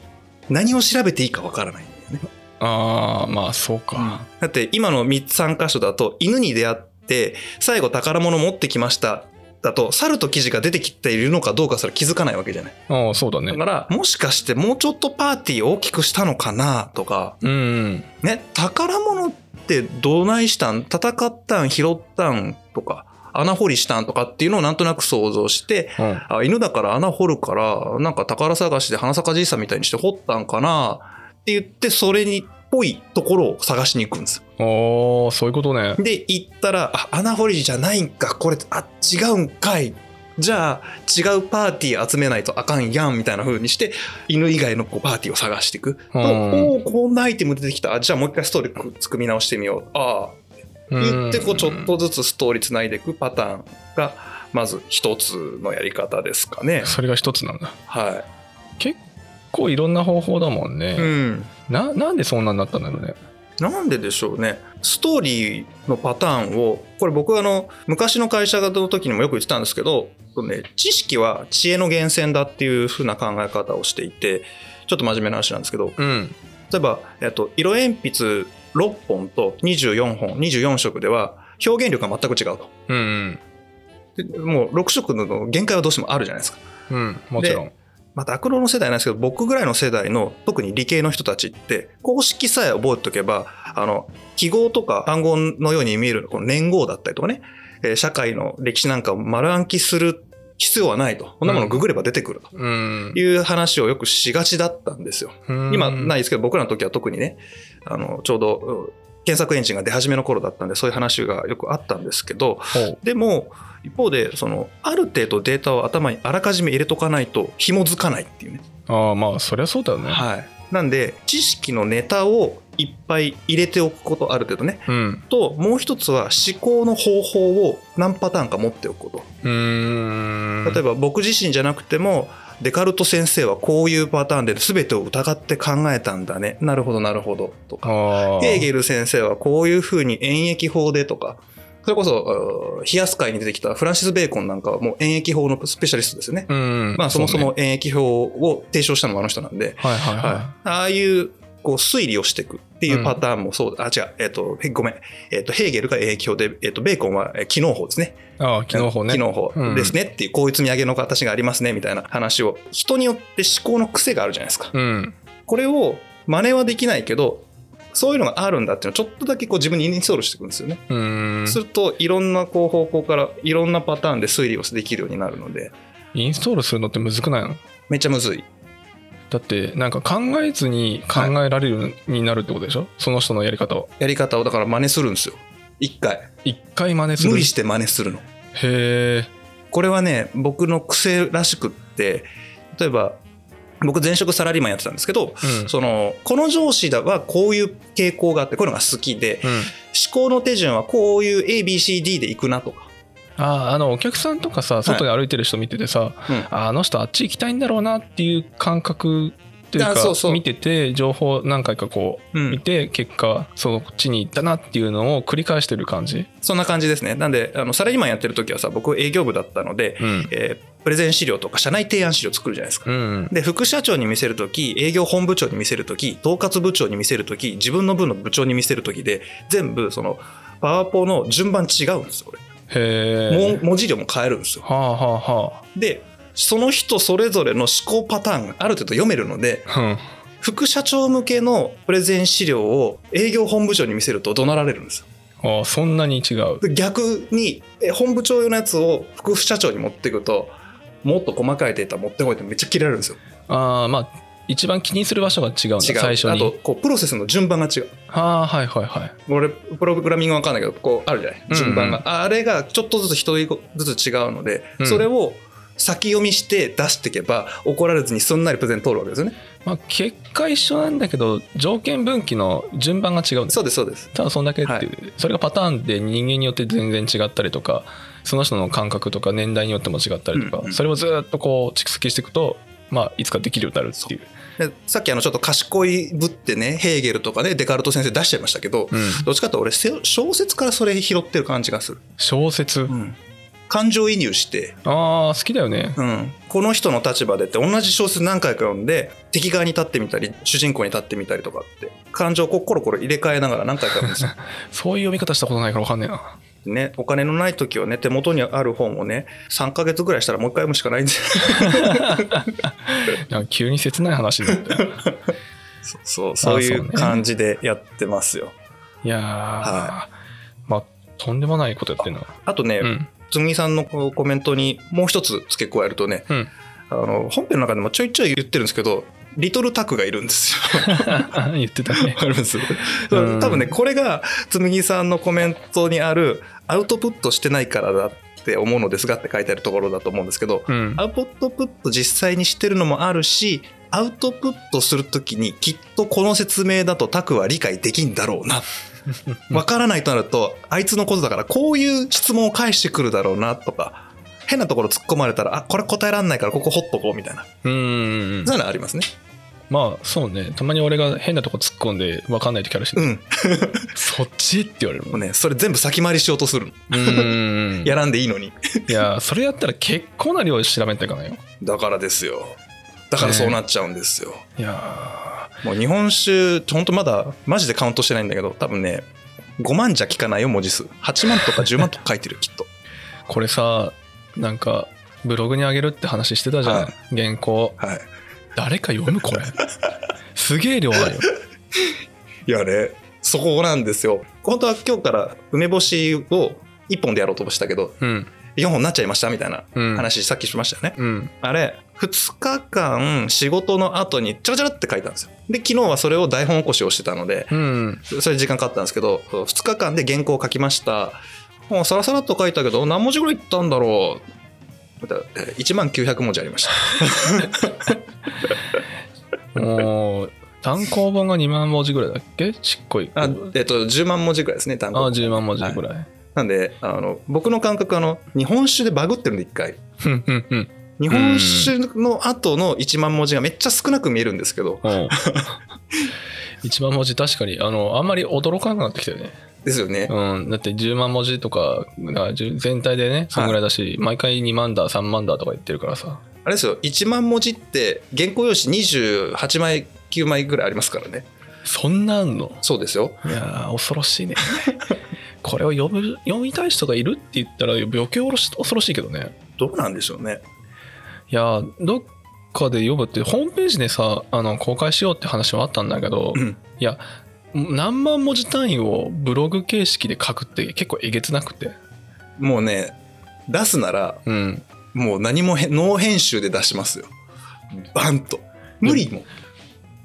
何を調べていいかわからないんだよね。ああまあそうか、だって今の3つ3箇所だと犬に出会って最後宝物持ってきましただと猿と記事が出てきているのかどうかすら気づかないわけじゃない。ああそうだねだからもしかしてもうちょっとパーティーを大きくしたのかなとかうんうんね宝物ってどないしたん戦ったん拾ったんとか穴掘りしたんとかっていうのをなんとなく想像してうんあ犬だから穴掘るからなんか宝探しで花咲かじいさんみたいにして掘ったんかなって言ってそれにっぽいところを探しに行くんですよおーそういうことね。で行ったらあ穴掘りじゃないんかこれあ違うんかいじゃあ違うパーティー集めないとあかんやんみたいな風にして犬以外のこうパーティーを探していくと、うんおおこんなアイテム出てきたあじゃあもう一回ストーリー組み直してみようああ言ってこうちょっとずつストーリーつないでいくパターンがまず一つのやり方ですかねうん。それが一つなんだ。はこういろんな方法だもんい、ね。うんななんでそんなになったんだろうね。なんででしょうね。ストーリーのパターンを、これ僕はあの、昔の会社の時にもよく言ってたんですけど、そのね、知識は知恵の源泉だっていう風な考え方をしていて、ちょっと真面目な話なんですけど、うん。例えば、えっと、色鉛筆6本と24本、24色では表現力が全く違うと。うんでもう6色の限界はどうしてもあるじゃないですか。うん。うん。もちろん。まあ、学郎の世代なんですけど、僕ぐらいの世代の、特に理系の人たちって、公式さえ覚えておけば、あの、記号とか暗号のように見える、この年号だったりとかね、えー社会の歴史なんかを丸暗記する必要はないと。こんなものググれば出てくるとうん。いう話をよくしがちだったんですよ。今ないい。ですけど、僕らの時は特にね、あの、ちょうど、うん検索エンジンが出始めの頃だったんで、そういう話がよくあったんですけど、ほうでも、一方で、その、ある程度データを頭にあらかじめ入れとかないと、紐づかないっていうね。ああまあそりゃそうだよね。はい、なんで知識のネタをいっぱい入れておくことある程度ねうん。ともう一つは思考の方法を何パターンか持っておくこうーとん。例えばば。僕自身じゃなくてもデカルト先生はこういうパターンで全てを疑って考えたんだねなるほどなるほどとかああ。ヘーゲル先生はこういうふうに演疫法でとかそれこそ、冷やす会に出てきたフランシス・ベーコンなんかはもう演疫法のスペシャリストですよね。うん。まあそもそもうね。演疫法を提唱したのもあの人なんで、はいはいはいは、ああいうこう推理をしていくっていうパターンもそうだ、あ違う、えっとへごめん、えっとヘーゲルが影響で、えっとベーコンはえー機能法ですねい。ああ機能法ね。機能法うんですねっていうこういう積み上げの形がありますねみたいな話を人によって思考の癖があるじゃないですかうん。これを真似はできないけどそういうのがあるんだっていうのをちょっとだけこう自分にインストールしていくんですよね、うん。するといろんなこう方向からいろんなパターンで推理をできるようになるのでインストールするのってむずくないのめっちゃむずいだってなんか考えずに考えられるようになるってことでしょその人のやり方を。やり方をだから真似するんですよ一回一回真似する。無理して真似するのへえ。これはね僕の癖らしくって例えば僕前職サラリーマンやってたんですけど、うんそのこの上司だはこういう傾向があってこういうのが好きで、うん思考の手順はこういう ABCD で行くなとか、あーあのお客さんとかさ外で歩いてる人見ててさ、うんああの人あっち行きたいんだろうなっていう感覚っていうかあそうそう見てて情報何回かこう見て結果そっちに行ったなっていうのを繰り返してる感じ、そんな感じですねなんであのサラリーマンやってる時はさ僕営業部だったので、うんえープレゼン資料とか社内提案資料作るじゃないですか、うん、で副社長に見せるとき営業本部長に見せるとき統括部長に見せるとき自分の部の部長に見せるときで全部そのパワポの順番違うんですよ俺へえも文字量も変えるんですよはあはでその人それぞれの思考パターンがある程度読めるのであはあ副社長向けのプレゼン資料を営業本部長に見せると怒鳴られるんですようんあーそんなに違うで逆にえ本部長用のやつを副社長に持っていくともっと細かいデータ持ってこいってめっちゃ切られるんですよああまあ一番気にする場所が違うんだ違う最初にあとこうプロセスの順番が違うああはいはいはい俺プログラミングわかんないけどこうあるじゃないうん順番が、あれがちょっとずつ一人ずつ違うので、うんそれを先読みして出していけば怒られずにすんなりプレゼン通るわけですよねまあ結果一緒なんだけど条件分岐の順番が違うんだそうですそうですただそんだけっていう、はそれがパターンで人間によって全然違ったりとかその人の感覚とか年代によっても違ったりとか、うんうんそれをずっとこう蓄積していくと、まあ、いつかできるようになるっていうでさっきあのちょっと賢いぶってねヘーゲルとかねデカルト先生出しちゃいましたけど、う、ん、どっちかっていうと俺せ小説からそれ拾ってる感じがする、小説、うん感情移入して、ああ好きだよねうん、この人の立場でって同じ小説何回か読んで敵側に立ってみたり主人公に立ってみたりとかって感情をこうコロコロ入れ替えながら何回か読むん ですよそういう読み方したことないから分かんねえなね、お金のない時はね手元にある本をね3ヶ月ぐらいしたらもう一回読むしかないんです なんか急に切ない話になっ たよそうそうそういあそううね感じでやってますよいやー、まあとんでもないことやってんなあとね、うん つむぎさんのこうコメントにもう一つ付け加えるとね、うんあの本編の中でもちょいちょい言ってるんですけどリトルタクがいるんですよ。言ってたねわかり ますうん多分ねこれが紬さんのコメントにあるアウトプットしてないからだって思うのですがって書いてあるところだと思うんですけど、うんアウトプット実際にしてるのもあるしアウトプットするときにきっとこの説明だとタクは理解できんだろう な。わからないとなるとあいつのことだからこういう質問を返してくるだろうなとか変なところ突っ込まれたらあこれ答えらんないからここほっとこうみたいなうんうんうんそういうのありますね。まあそうねたまに俺が変なとこ突っ込んで分かんない時あるし、うん、そっちって言われるももうんねねそれ全部先回りしようとするの うんやらんでいいのにいやそれやったら結構な量調べていかないよだからですよだからそうなっちゃうんですよ、いやもう日本酒ほんとまだマジでカウントしてないんだけど多分ね5万じゃ聞かないよ文字数8万とか10万とか書いてるきっとーこれさなんかブログにあげるって話してたじゃん、はい原稿はい誰か読むこれすげえ量あるよいやねそこなんですよ本当は今日から梅干しを1本でやろうとしたけどうん4本になっちゃいましたみたいなうん話さっきしましたよね、うんあれ2日間仕事の後にちゃらちゃらって書いたんですよで昨日はそれを台本起こしをしてたのでうんそれ時間かかったんですけど2日間で原稿を書きましたもうさらさらっと書いたけど何文字ぐらいいったんだろう1万900文字ありましたもう単行本が2万文字ぐらいだっけちっこいあ、えっと、10万文字ぐらいですね単あ語10万文字ぐらい、なんであの僕の感覚あの日本酒でバグってるんで1回ふんふんふん日本酒の後の1万文字がめっちゃ少なく見えるんですけどおう1万文字確かにあのあんまり驚かなくなってきたよね、ですよねうん、だって10万文字とかがじゅ全体でねそんぐらいだし、毎回2万だ3万だとか言ってるからさあれですよ1万文字って原稿用紙28枚9枚ぐらいありますからねそんなんのそうですよいやー恐ろしいねこれを読む読みたい人がいるって言ったら余計おろし恐ろしいけどねどうなんでしょうねいやーどっかで読むってホームページでさあの公開しようって話はあったんだけど、うんいや何万文字単位をブログ形式で書くって結構えげつなくてもうね出すならうんもう何もへノー編集で出しますよ。バンと。無理も。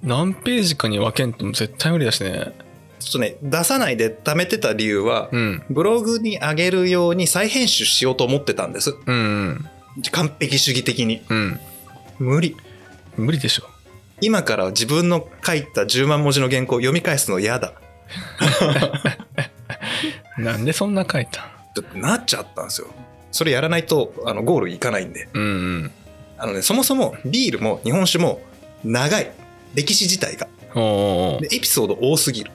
何ページかに分けんとも絶対無理だしねちょっとね、出さないで貯めてた理由は、うんブログに上げるように再編集しようと思ってたんです。うん完璧主義的に。うん無理。無理でしょ今から自分の書いた10万文字の原稿を読み返すの嫌だ。なんでそんな書いたちょっとなっちゃったんですよ。それやらないとあのゴールいかないんで。うんうんあのね、そもそもビールも日本酒も長い。歴史自体が。おうおうおうでエピソード多すぎる。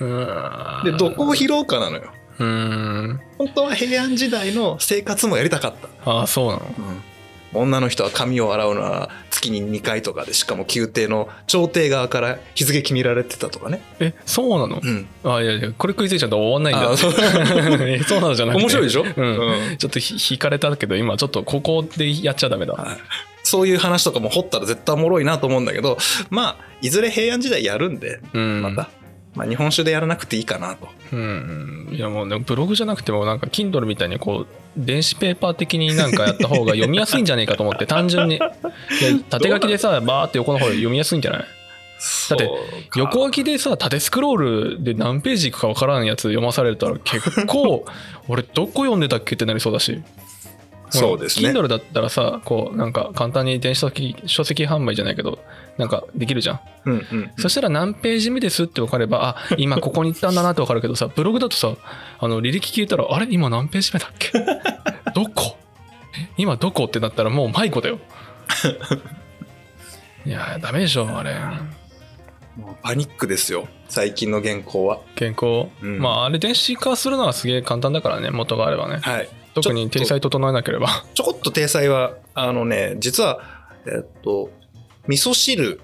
うーんで、どこを拾うかなのよ。うーん本当は平安時代の生活もやりたかった。ああそうなの女の人は髪を洗うのは月に2回とかで、しかも宮廷の朝廷側から日付決められてたとかね。えそうなのうん。あいやいやこれ食いついちゃったら終わんないんあだそう えそうなのじゃなくて面白いでしょ、うん ちょっとひ引かれたけど今ちょっとここでやっちゃダメだはいそういう話とかも掘ったら絶対おもろいなと思うんだけど、まあ、いずれ平安時代やるんで、うんまた、まあ、日本酒でやらなくていいかなと。うんうんいやもうねブログじゃなくてもなんか Kindle みたいにこう電子ペーパー的になんかやった方が読みやすいんじゃねえかと 思って単純にいや縦書きでさバーって横の方読みやすいんじゃないだってそうか横書きでさ縦スクロールで何ページいくかわからんやつ読まされたら結構 俺どこ読んでたっけってなりそうだしそうですね。 Kindle だったらさこうなんか簡単に電子書籍書籍販売じゃないけどなんかできるじゃんうんうんそしたら何ページ目ですって分かれば、あ今ここに行ったんだなって分かるけ どさ、ブログだとさ、あの履歴消えたら、あれ今何ページ目だっ けどこえ今どこってなったらもう迷子 だよ。いやー、ダメでしょ、あれ。もうパニックですよ、最近の原稿は。健康。うんまあ、あれ電子化するのはすげえ簡単だからね、元があればね。はい。特に体裁整えなければ。ちょこっと体裁は、あのね、実は、えっと、味噌汁、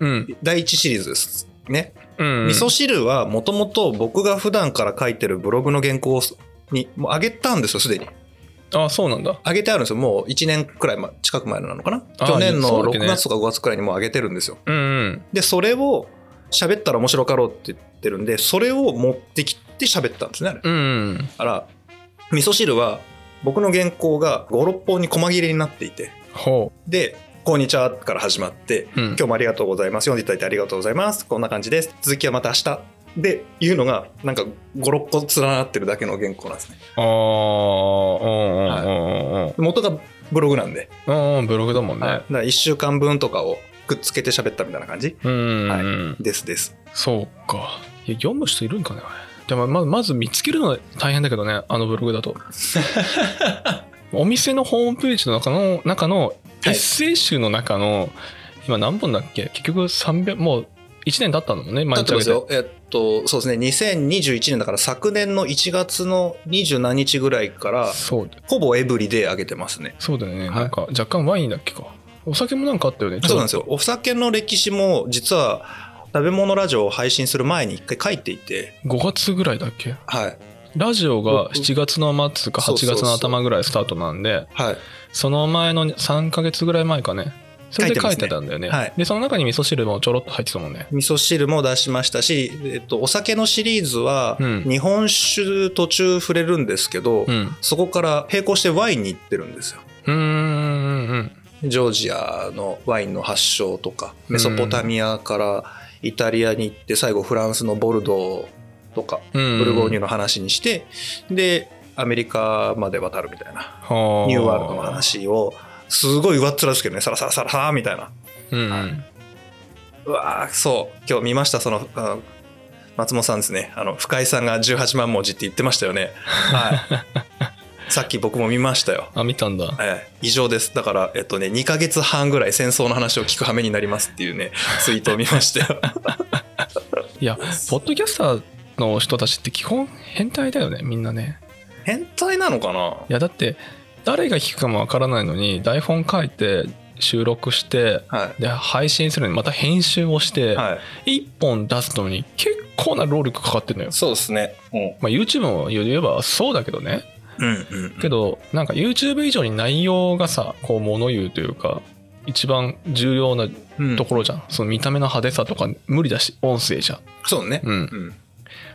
うん。第一シリーズです。ね。うん。味噌汁はもともと僕が普段から書いてるブログの原稿に、もう上げたんですよ、すでに。あ、そうなんだ。上げてあるんですよ。もう1年くらい、ま、近く前なのかなあー去年そうのだっけ6ね月とか5月くらいにもう上げてるんですよ。うんうん。で、それを喋ったら面白かろうって言ってるんで、それを持ってきて喋ったんですね。あれだうんうん。から、味噌汁は僕の原稿が5、6本に細切れになっていて、ほで、こんにちはから始まって、う。うん今日もありがとうございます。読んでいただいてありがとうございます。こんな感じです。続きはまた明日。で、いうのが、なんか5、6個連なってるだけの原稿なんですね。ああ、うんうんうんうんうん元がブログなんで。うんうん。ブログだもんね。はい、だから1週間分とかをくっつけて喋ったみたいな感じうんうんうん、ですです。そうかいや読む人いるんかねあれでもままず見つけるのは大変だけどねあのブログだとお店のホームページの中の中のいエッセイ集の中の、今何本だっけ結局300もう1年経ったのもんね毎だって日であげすてよ。えっと、そうですね。2021年だから昨年の1月の20何日ぐらいから、そうほぼエブリデイ上げてますね。そうだよね、はいなんか若干ワインだっけかお酒もなんかあったよねそうなんですよよ。お酒の歴史も実は食べ物ラジオを配信する前に一回書いていて、 5月ぐらいだっけはい。ラジオが僕7月の末かそう8そうそう月の頭ぐらいスタートなんではい。その前の3ヶ月ぐらい前かね。それで書書いいててますねたんだよね。はいで、その中に味噌汁もちょろっと入ってたもんね。味噌汁も出しましたし、えっと、お酒のシリーズはうん日本酒途中触れるんですけど、うん。うそこから並行してワインに行ってるんですよ。ーん。うんジョージアのワインの発祥とか、メソポタミアからイタリアに行って、最後フランスのボルドーとか、うん。ブルゴーニュのの話にして、で、アメリカまで渡るみたいな、ニューワールドの。話を、すごい上っ面ですけどね、サラサラサラサラみたいな。うんうん。うわー、そう、今日見ました、その、あ松本さんですね。あの、深井さんが18万文字って言ってましたよね。はい。 さっき僕も見ましたよ。あ、見たんだ。ええ、以上です。だから、えっとね、2ヶ月半ぐらい戦争の話を聞く羽目になりますっていうね、ツイートを見ま したよ。いや、ポッドキャスターの人たちって基本変態だよね、みんなね。変態なのかないや、だって、誰が聞くかもわからないのに、台本書いて、収録して、はで、配信するのにまた編集をしてい。、はい。 1本出すのに結構な労力かかってるのよ。そうですね。うまあ、YouTube も言えばそうだけどね。ん。うんうん。けどなんか YouTube 以上に内容がさこう物言うというか一番重要なうんところじゃん、その見た目の派手さとか無理だし音声じゃん、そうね。うん、うん。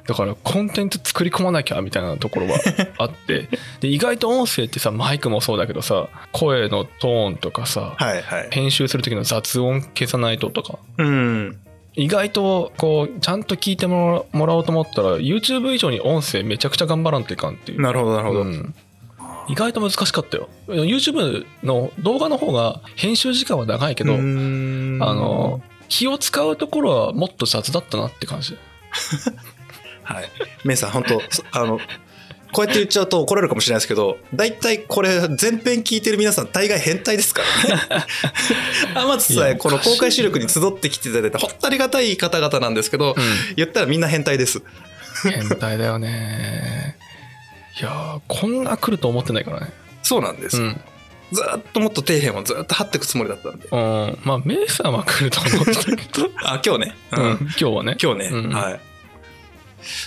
だからコンテンツ作り込まなきゃみたいなところはあってで意外と音声ってさマイクもそうだけどさ声のトーンとかさはいはい。編集する時の雑音消さないととかうん。意外とこうちゃんと聞いてもらもらおうと思ったら YouTube 以上に音声めちゃくちゃ頑張らんといかんっていうなるほど、なるほど。うん意外と難しかったよ YouTube の動画の方が編集時間は長いけけど、ああの気を使うところはもっと雑だったなって感じはい。メイさん、本当そあの、こうやって言っちゃうと怒られるかもしれないですけど、大体これ、前編聞いてる皆さん、大概変態ですからね。 天津さいえ、やこの公開収録に集ってきていただいて、ほんとありがたい方々なんですけど、言ったらみんな変態です。変態だよねいやーこんな来ると思ってないからねそうなんです。うん、ずーっともっと底辺をずーっと張っていくつもりだったんで。うん、まあメイさんは来ると思ってたけど、あ、今日ね。う うん、ん。今日はね今日ね。うんはい。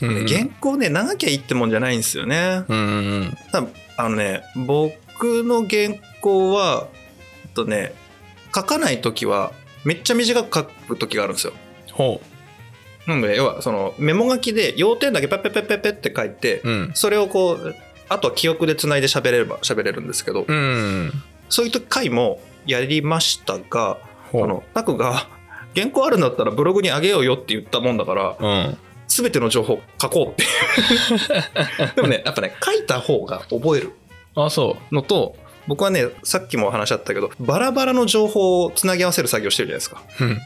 うんで原稿ね、長きゃいいってもんじゃないんですよね。うんうんただあのね僕の原稿はえっとね書かない時はめっちゃ短く書く時があるんですよほなので要はそのメモ書きで要点だけペッペッペッペッペッって書いてううんそれをこうあとは記憶でつないで喋れれば喋れるんですけどうんそういう回もやりましたがほあうのタクが原稿あるんだったらブログにあげようよって言ったもんだからうん全ての情報書こうっていうでもねやっぱね書いた方が覚えるあそのと僕はねさっきも話しあったけどバラバラの情報をつなぎ合わせる作業してるじゃないですかううん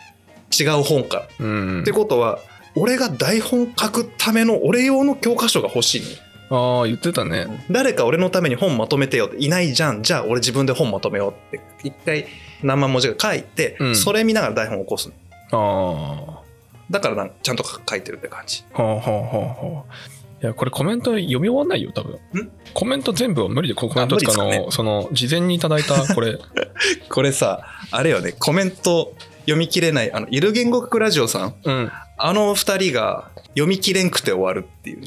違う本から、うんってことは俺が台本書くための俺用の教科書が欲しいのああ言ってたね誰か俺のために本まとめてよっていないじゃんじゃあ俺自分で本まとめようって一回何万文字か書いて、うんそれ見ながら台本を起こすのああはだからなんちゃんと書いてるって感じあはあはあはあいやこれコメント読み終わんないよ多分コメント全部は無理でこうコメントっていうかああ無理っすかのその事前にいただ いたこれこれさあれよねコメント読み切れないあのゆる言語学ラジオさんうんあの二人が読み切れんくて終わるっていう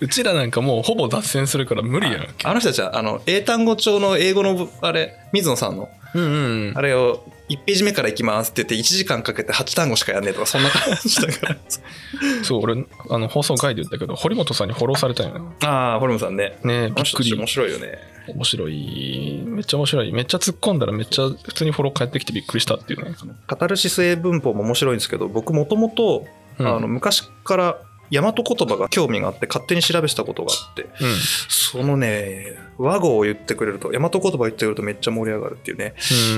うちらなんかもうほぼ脱線するから無理やんあの人たちはあの英単語帳の英語のあれ水野さんのうんうんあれを1ページ目からいきますって言って1時間かけて8単語しかやんねえとかそんな感じだからそう俺あの放送外で言ったけど堀本さんにフォローされたよな ああホルムさんねねえあびのっ人くたちり面白いよね面白いめっちゃ面白いめっちゃ突っ込んだらめっちゃ普通にフォロー返ってきてびっくりしたっていうね、カタルシス英文法も面白いんですけど僕もともとうん、あの昔から大和言葉が興味があって勝手に調べてたことがあってうんそのね和語を言ってくれると大和言葉言ってくれるとめっちゃ盛り上がるっていうね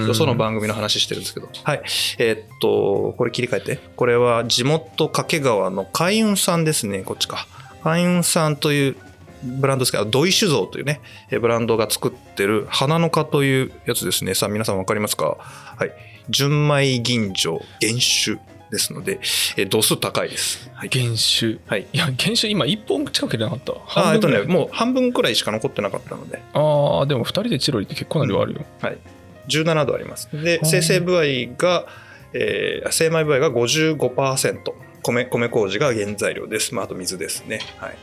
うんその番組の話してるんですけど、はい、えーっと、これ切り替えて、これは地元掛川の海運さんですね、こっちか。海運さんというブランドですけど、土井酒造というね、えーブランドが作ってる花の花というやつですね。さあ、皆さんわかりますかはい。純米吟醸、原酒ですので、えー度数高いです。はい。原酒はいいや原酒今1本近く入れなかったあーえっとね、半分ぐらいもう半分くらいしか残ってなかったので、あーでも2人でチロリって結構な量あるよ、 17度あります。で、い生成部合が、えー精米部合が55%。米、米麹が原材料です。まあ、あと水ですね。はい。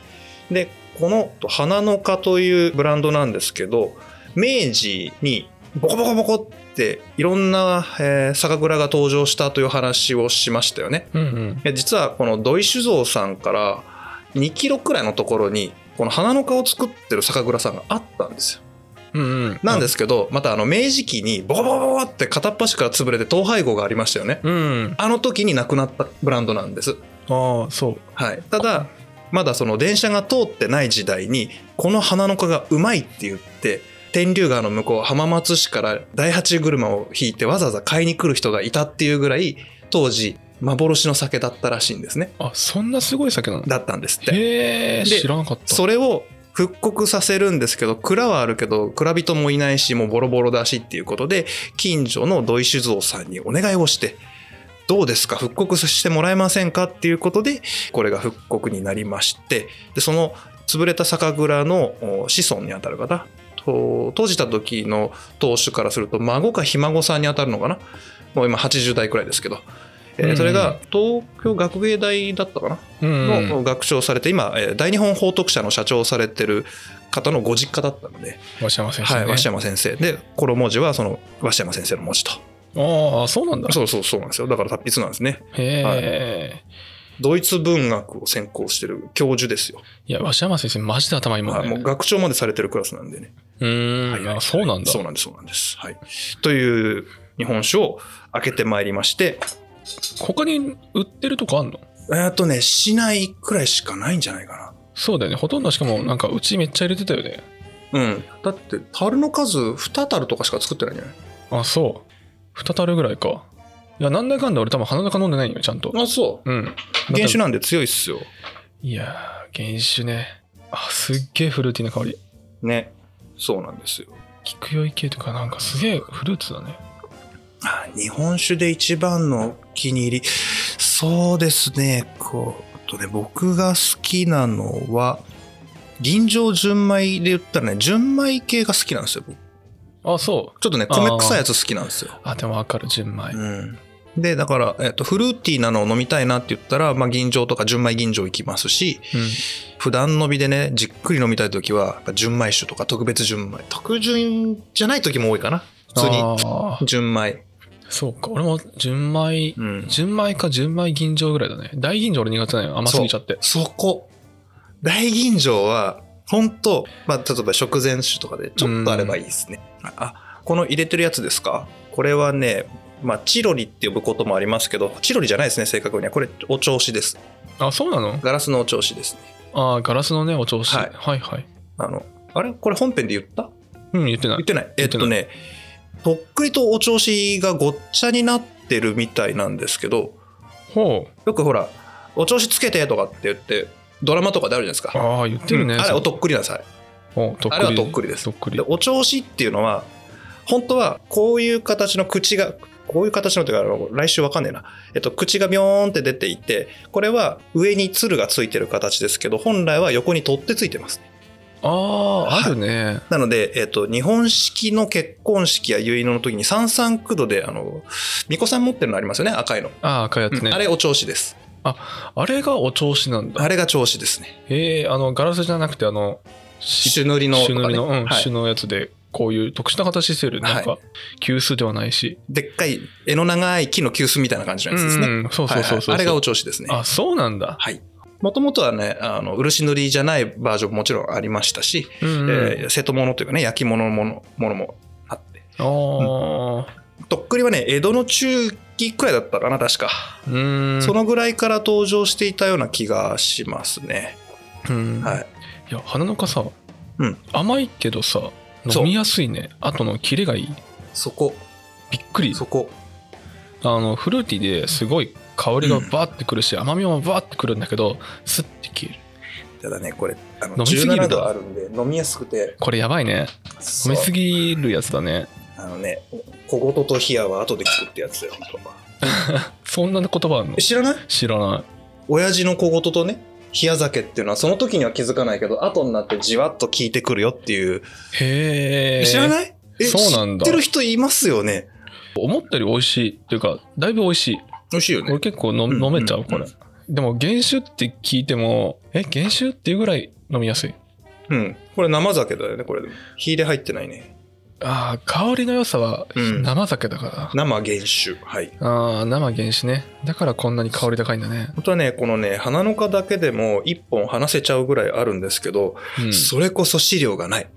で、この、花の花というブランドなんですけど、明治にボコボコボコっていろんな、えー酒蔵が登場したという話をしましたよね。うん、うんで実はこの土井酒造さんから2キロくらいのところに、この花の花を作ってる酒蔵さんがあったんですよ。うんうんなんですけど、またあの明治期にボコボコボコって片っ端から潰れて統廃合がありましたよね。うんあの時になくなったブランドなんです。ああそうはい。ただ、まだその電車が通ってない時代に、この花の花がうまいって言って、天竜川の向こう浜松市から第八車を引いてわざわざ買いに来る人がいたっていうぐらい、当時幻の酒だったらしいんですね。あそんなすごい酒なのだったんですって。へえで知らなかったそれを復刻させるんですけど、蔵はあるけど、蔵人もいないし、もうボロボロだしっていうことで、近所の土井酒造さんにお願いをして、どうですか復刻してもらえませんかっていうことで、これが復刻になりまして、で、その潰れた酒蔵のお子孫にあたる方、と閉じた時の当主からすると、孫かひ孫さんにあたるのかなもう今80代くらいですけど、えーうんそれが東京学芸大だったかなうんうんの学長されて、今、えー大日本報徳社の社長をされてる方のご実家だったので、鷲山先生、ねはい、鷲山先生。で、この文字は、その、鷲山先生の文字と。ああそうなんだそうそうそうなんですよ。だから達筆なんですね。へえ、ドイツ文学を専攻してる教授ですよ。い、や鷲山先生マジで頭いいもんはい、ね、もう学長までされてるクラスなんでね。うーん、はいはいはいあそうなんだそうなんです、そうなんです。はい。という日本酒を開けてまいりまして、他に売ってるとこあんのえーっとね、市内くらいしかないんじゃないかな。そうだよねほとんどしかもなんかうちめっちゃ入れてたよねうん。だって、樽の数2樽とかしか作ってないんじゃないあそう二樽ぐらいかいやなんだかんだ俺多分鼻中飲んでないよちゃんとあ、そうんう。原酒なんで強いっすよ。いやー原酒ねあすっげえフルーティーな香りね。そうなんですよ。菊酔い系とかなんかすげえフルーツだねあ日本酒で一番のお気に入り。そうですね。こう、あとね、僕が好きなのは、吟醸純米で言ったらね、純米系が好きなんですよ、僕。あそうちょっとね、米臭いやつ好きなんですよ。あでもわかる純米うん。で、だから、えっと、フルーティーなのを飲みたいなって言ったら、まあ、吟醸とか純米吟醸行きますし、普段飲みでね、じっくり飲みたい時は、やっぱ純米酒とか特別純米。特純じゃない時も多いかな。普通に。あー純米。そうか俺も純米うん。純米か純米吟醸ぐらいだね大吟醸俺苦手なのよ甘すぎちゃってそこ。大吟醸は、本当まあ、例えば食前酒とかでちょっとあればいいですね。あ、この入れてるやつですかこれはね、まあ、チロリって呼ぶこともありますけど、チロリじゃないですね、正確には。これ、お調子です。あそうなのガラスのお調子ですね。あーガラスのねお調子、はいはいはいあの、あれこれ本編で言ったうん言ってない言ってない。え言っってとなね、とっくりとお調子がごっちゃになってるみたいなんですけど、ほうよくほら、お調子つけてとかって言って、ドラマとかであるじゃないですか。ああ言ってるね、うんあれそおうとっくりなんですあれおとっくりあれはとっくりですとっくりでお調子っていうのは本当はこういう形の口がこういう形のというかあの来週わかんねえな、えっと、口がビョーンって出ていてこれは上につるがついてる形ですけど本来は横に取ってついてますあああるね、なので、えっと、日本式の結婚式や結納の時に三三九度であの巫女さん持ってるのありますよね赤いの、ああ赤いやつね、うんああれれお調子ですがお調子なんだあれが調子ですねええあのガラスじゃなくてあのし朱塗りのと朱か、塗ねりの、うんはい朱のやつでこういう特殊な形してるなんはか急須ではないし、でっかい柄の長い木の急須みたいな感じのやつですね、うんうんそうそうそうそう、はいはいあれがお調子ですねあそうなんだはい。もともとはね、あの、漆塗りじゃないバージョンももちろんありましたし、うんうん、えー瀬戸物というかね、焼き物のものものもあって。あとっくりはね、江戸の中期くらいだったかな、確か。あうんそのぐらいから登場していたような気がしますね。うんはい。いや花の花さ、うん甘いけどさそう飲みやすいねあとのキレがいいそこ、びっくりそこ。あのフルーティーですごい香りがバーってくるし、甘みもバーってくるんだけどスッて消えるただね、これ、あの飲みすぎるな17度あるんで、飲みやすくて、これやばいね飲みすぎぎるやつだねあのね、小言と冷やは後で聞くってやつだよ、本当はそんな言葉あるのえ知らない知らない親父の小言とね、冷や酒っていうのはその時には気づかないけど、後になってじわっと効いてくるよっていう。へえ知らないえそうなんだ知ってる人いますよね。思ったより美味しいっていうかだいぶ美味しい美味しいよこれ。結構飲,、うん飲めちゃううんこれ、でも原酒って聞いてもえ原酒っていうぐらい飲みやすいうん。これ生酒だよね、これでも。火入れ入ってないね。あー香りの良さはうん生酒だから、生原酒。はい。ああ生原酒ねだからこんなに香り高いんだね、本当はね、このね、花の花だけでも一本話せちゃうぐらいあるんですけど、うん、それこそ資料がない。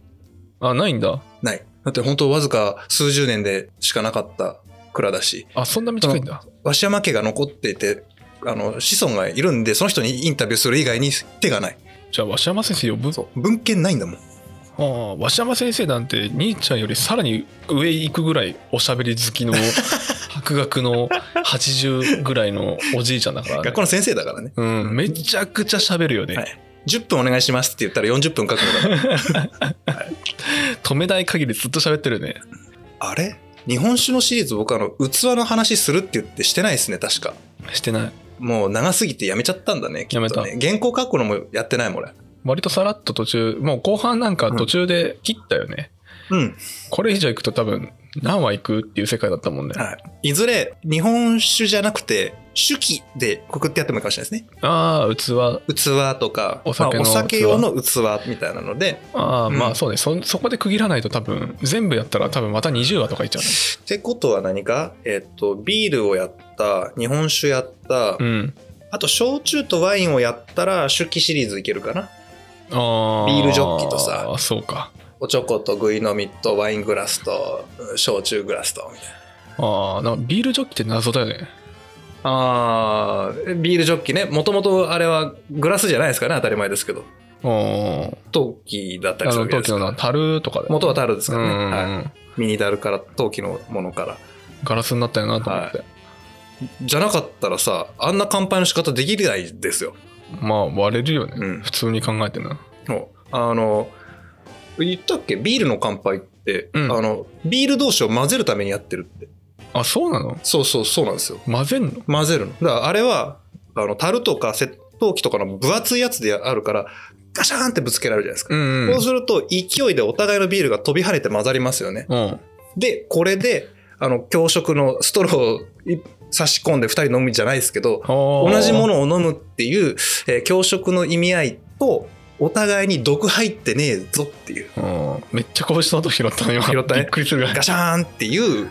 あないんだない。だって本当わずか数十年でしかなかった蔵だし、あそんな短いんだ鷲山家が残っていて、あの、子孫がいるんで、その人にインタビューする以外に手がない。じゃあ鷲山先生呼ぶそう文献ないんだもんああ鷲山先生なんて兄ちゃんよりさらに上行くぐらいおしゃべり好き の博学の80ぐらいのおじいちゃんだから、ね学校、の先生だからねうんめちゃくちゃしゃべるよね、はい10分お願いしますって言ったら40分かかるか ら止めない限りずっと喋ってるねあれ日本酒のシリーズ僕あの器の話するって言ってしてないですね確かしてないもう長すぎてやめちゃったんだねきっとねやめ原稿書くのもやってないもん俺割とさらっと途中もう後半なんか途中で切ったよね、うん、これ以上行くと多分何話行くっていう世界だったもんねはい、いずれ日本酒じゃなくて酒器でくくってやってもいいかもしれないですねああ器器とかお酒の器まあお酒用の器みたいなのでああ、うんまあそうねそそこで区切らないと多分全部やったら多分また20話とかいっちゃうねってことは何かえっ、とビールをやった日本酒やった、うんあと焼酎とワインをやったら酒器シリーズいけるかなあビールジョッキとさあそうかおちょことぐいのみとワイングラスとうん焼酎グラスとみたいなああなんかビールジョッキって謎だよねあービールジョッキねもともとあれはグラスじゃないですかね当たり前ですけどおー陶器だったりあするのわけ陶です器かのらな樽とかで元は樽ですうからね、んはい、ミニ樽から陶器のものからガラスになったよなと思って、じゃなかったらさあんな乾杯の仕方できないですよまあ割れるよね、うん普通に考えてなもうあの言ったっけビールの乾杯って、うんあのビール同士を混ぜるためにやってるってあそうなのそうそうそうなんですよ混ぜんの混ぜるのだからあれはあの樽とか石陶器とかの分厚いやつであるからガシャーンってぶつけられるじゃないですか、うんうんそうすると勢いでお互いのビールが飛び跳ねて混ざりますよねうんでこれであの教食のストローをい差し込んで2人飲むんじゃないですけど同同じもののを飲むっていう、えー教食の意味合いとお互いに毒入ってねえぞっていううんめっちゃこぼした音拾ったの今拾ったねびっくりするぐらいガシャーンっていう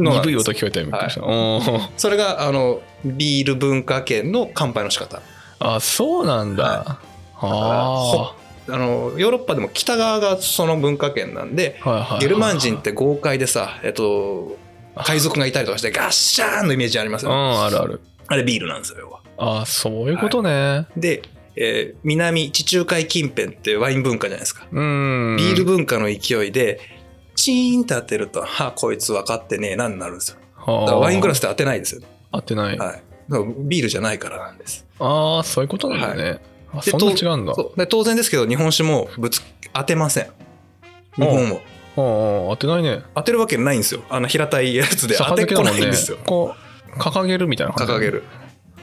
のなん鈍でいす音聞こえたよびっくりした、うんそれがあのビール文化圏の乾杯の仕方あそうなんだ、はいああのヨーロッパでも北側がその文化圏なんであはいはいはいゲルマン人って豪快でさ、えっと、海賊がいたりとかしてガッシャーンのイメージありますうよねんあるあるあれビールなんですよ要はあそういうことね、で、えー南地中海近辺ってワイン文化じゃないですかうんビール文化の勢いで、チーンって当てると、はあ、こいつ分かってねえなになるんですよ。だからワイングラススって当てないんですよね。合ってない、はい。だからビールじゃないからなんです。ああそういうことなんだね、あでそんな違うんだそうで当然ですけど、日本酒もぶつ当てません。日本も。うんうん当てないね当てるわけないんですよ。あの平たいやつで当て逆だけこだなもんいんねですよ。こう掲げるみたいな感じ掲げる。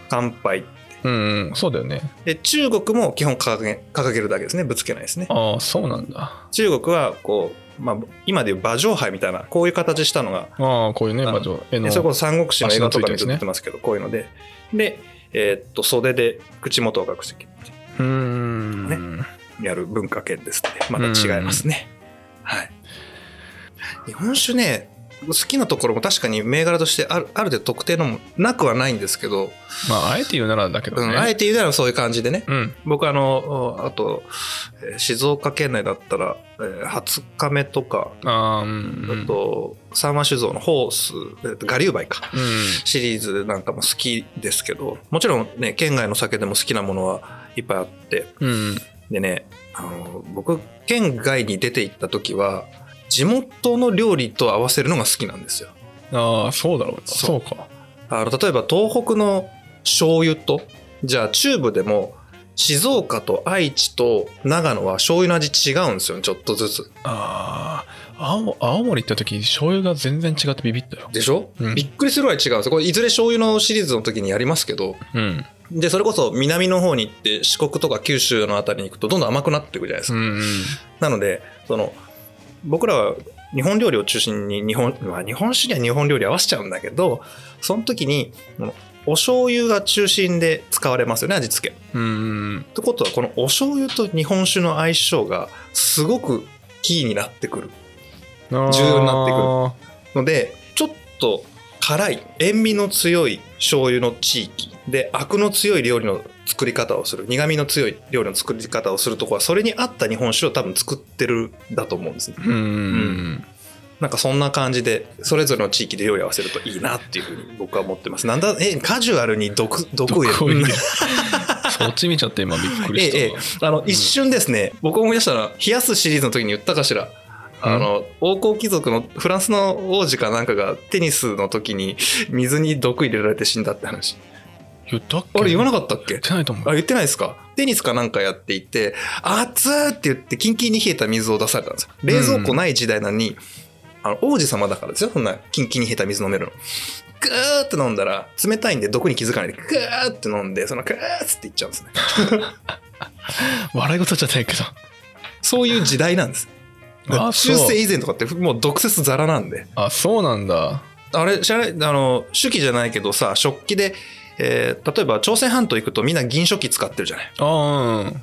乾杯。うんうんそうだよねで、中国も基本掲げ掲げるだけですね。ぶつけないですね。ああそうなんだあ中国は、こう、まあ、今でいう馬上杯みたいな、こういう形したのが、あこういうねあの魔女絵のえそれこそ三国志の映画とかに足のついたやつ映ねってますけど、こういうので。で、えーっと、袖で口元を隠してうーん、やる文化圏ですね。また違いますね。はい。日本酒ね、好きなところも確かに銘柄としてあるある程度特定のもなくはないんですけど、まああえて言うならだけどうね、んあえて言うならそういう感じでね。うん僕あの、あと、えー静岡県内だったら、えー20日目とか、あーうんあと、三和酒造のホース、えーと我流梅か。うんシリーズなんかも好きですけど、もちろんね、県外の酒でも好きなものはいっぱいあって、うんでね、あの、僕、県外に出て行った時は、地元の料理と合わせるのが好きなんですよ。ああそうだろうなそそううかあの、例えば東北の醤油と、じゃあ中部でも、静岡と愛知と長野は醤油の味違うんですよね、ちょっとずつ。ああ青森青森行った時醤油が全然違ってビビったよでしょ、うんびっくりするぐらい違うんですよ。これいずれ醤油のシリーズの時にやりますけど、うんで、それこそ南の方に行って四国とか九州のあたりに行くとどんどん甘くなっていくじゃないですうか。んなので、その、僕らは日本料理を中心に日本、まあ日本酒には日本料理合わせちゃうんだけど、その時に、このお醤油が中心で使われますよね、味付け。っうんうんてことは、このお醤油と日本酒の相性がすごくキーになってくる重要になってくるてので、ちょっと辛い、塩味の強い醤油の地域で、アクの強い料理の作り方をする、苦味の強い料理の作り方をするとこは、それに合った日本酒を多分作ってるんだと思うんですね。くるうんうんなんかそんな感じで、それぞれの地域で用意合わせるといいなっていうふうに僕は思ってます。なんだ、え、カジュアルに毒、毒をどこ入いれるる。そっち見ちゃって今びっえくりえした、ええ、あの、一瞬ですね、僕思い出したのは、冷やすシリーズの時に言ったかしら。あの、王侯貴族のフランスの王子かなんかがテニスの時に水に毒入れられて死んだって話。言ったっけあれ言わなかっかったっけ言ってないと思うあ、言ってないですかテニスかなんかやっていて、熱ーって言って、キンキンに冷えた水を出されたんですよ。冷蔵庫ない時代なのに、あの、王子様だからですよ、そんな、キンキンに冷えた水飲めるの。ぐーって飲んだら、冷たいんで毒に気づかないで、ぐーって飲んで、そのぐーっていっちゃうんですね。笑い事じゃないけどそういう時代なん です。だからあそ中う世以前とかって、もう毒舌ザラなんで。あそうなんだあれ、知らない、あの、手記じゃないけどさ、食器で、えー例えば朝鮮半島行くとみんな銀食器使ってるじゃない。あーうん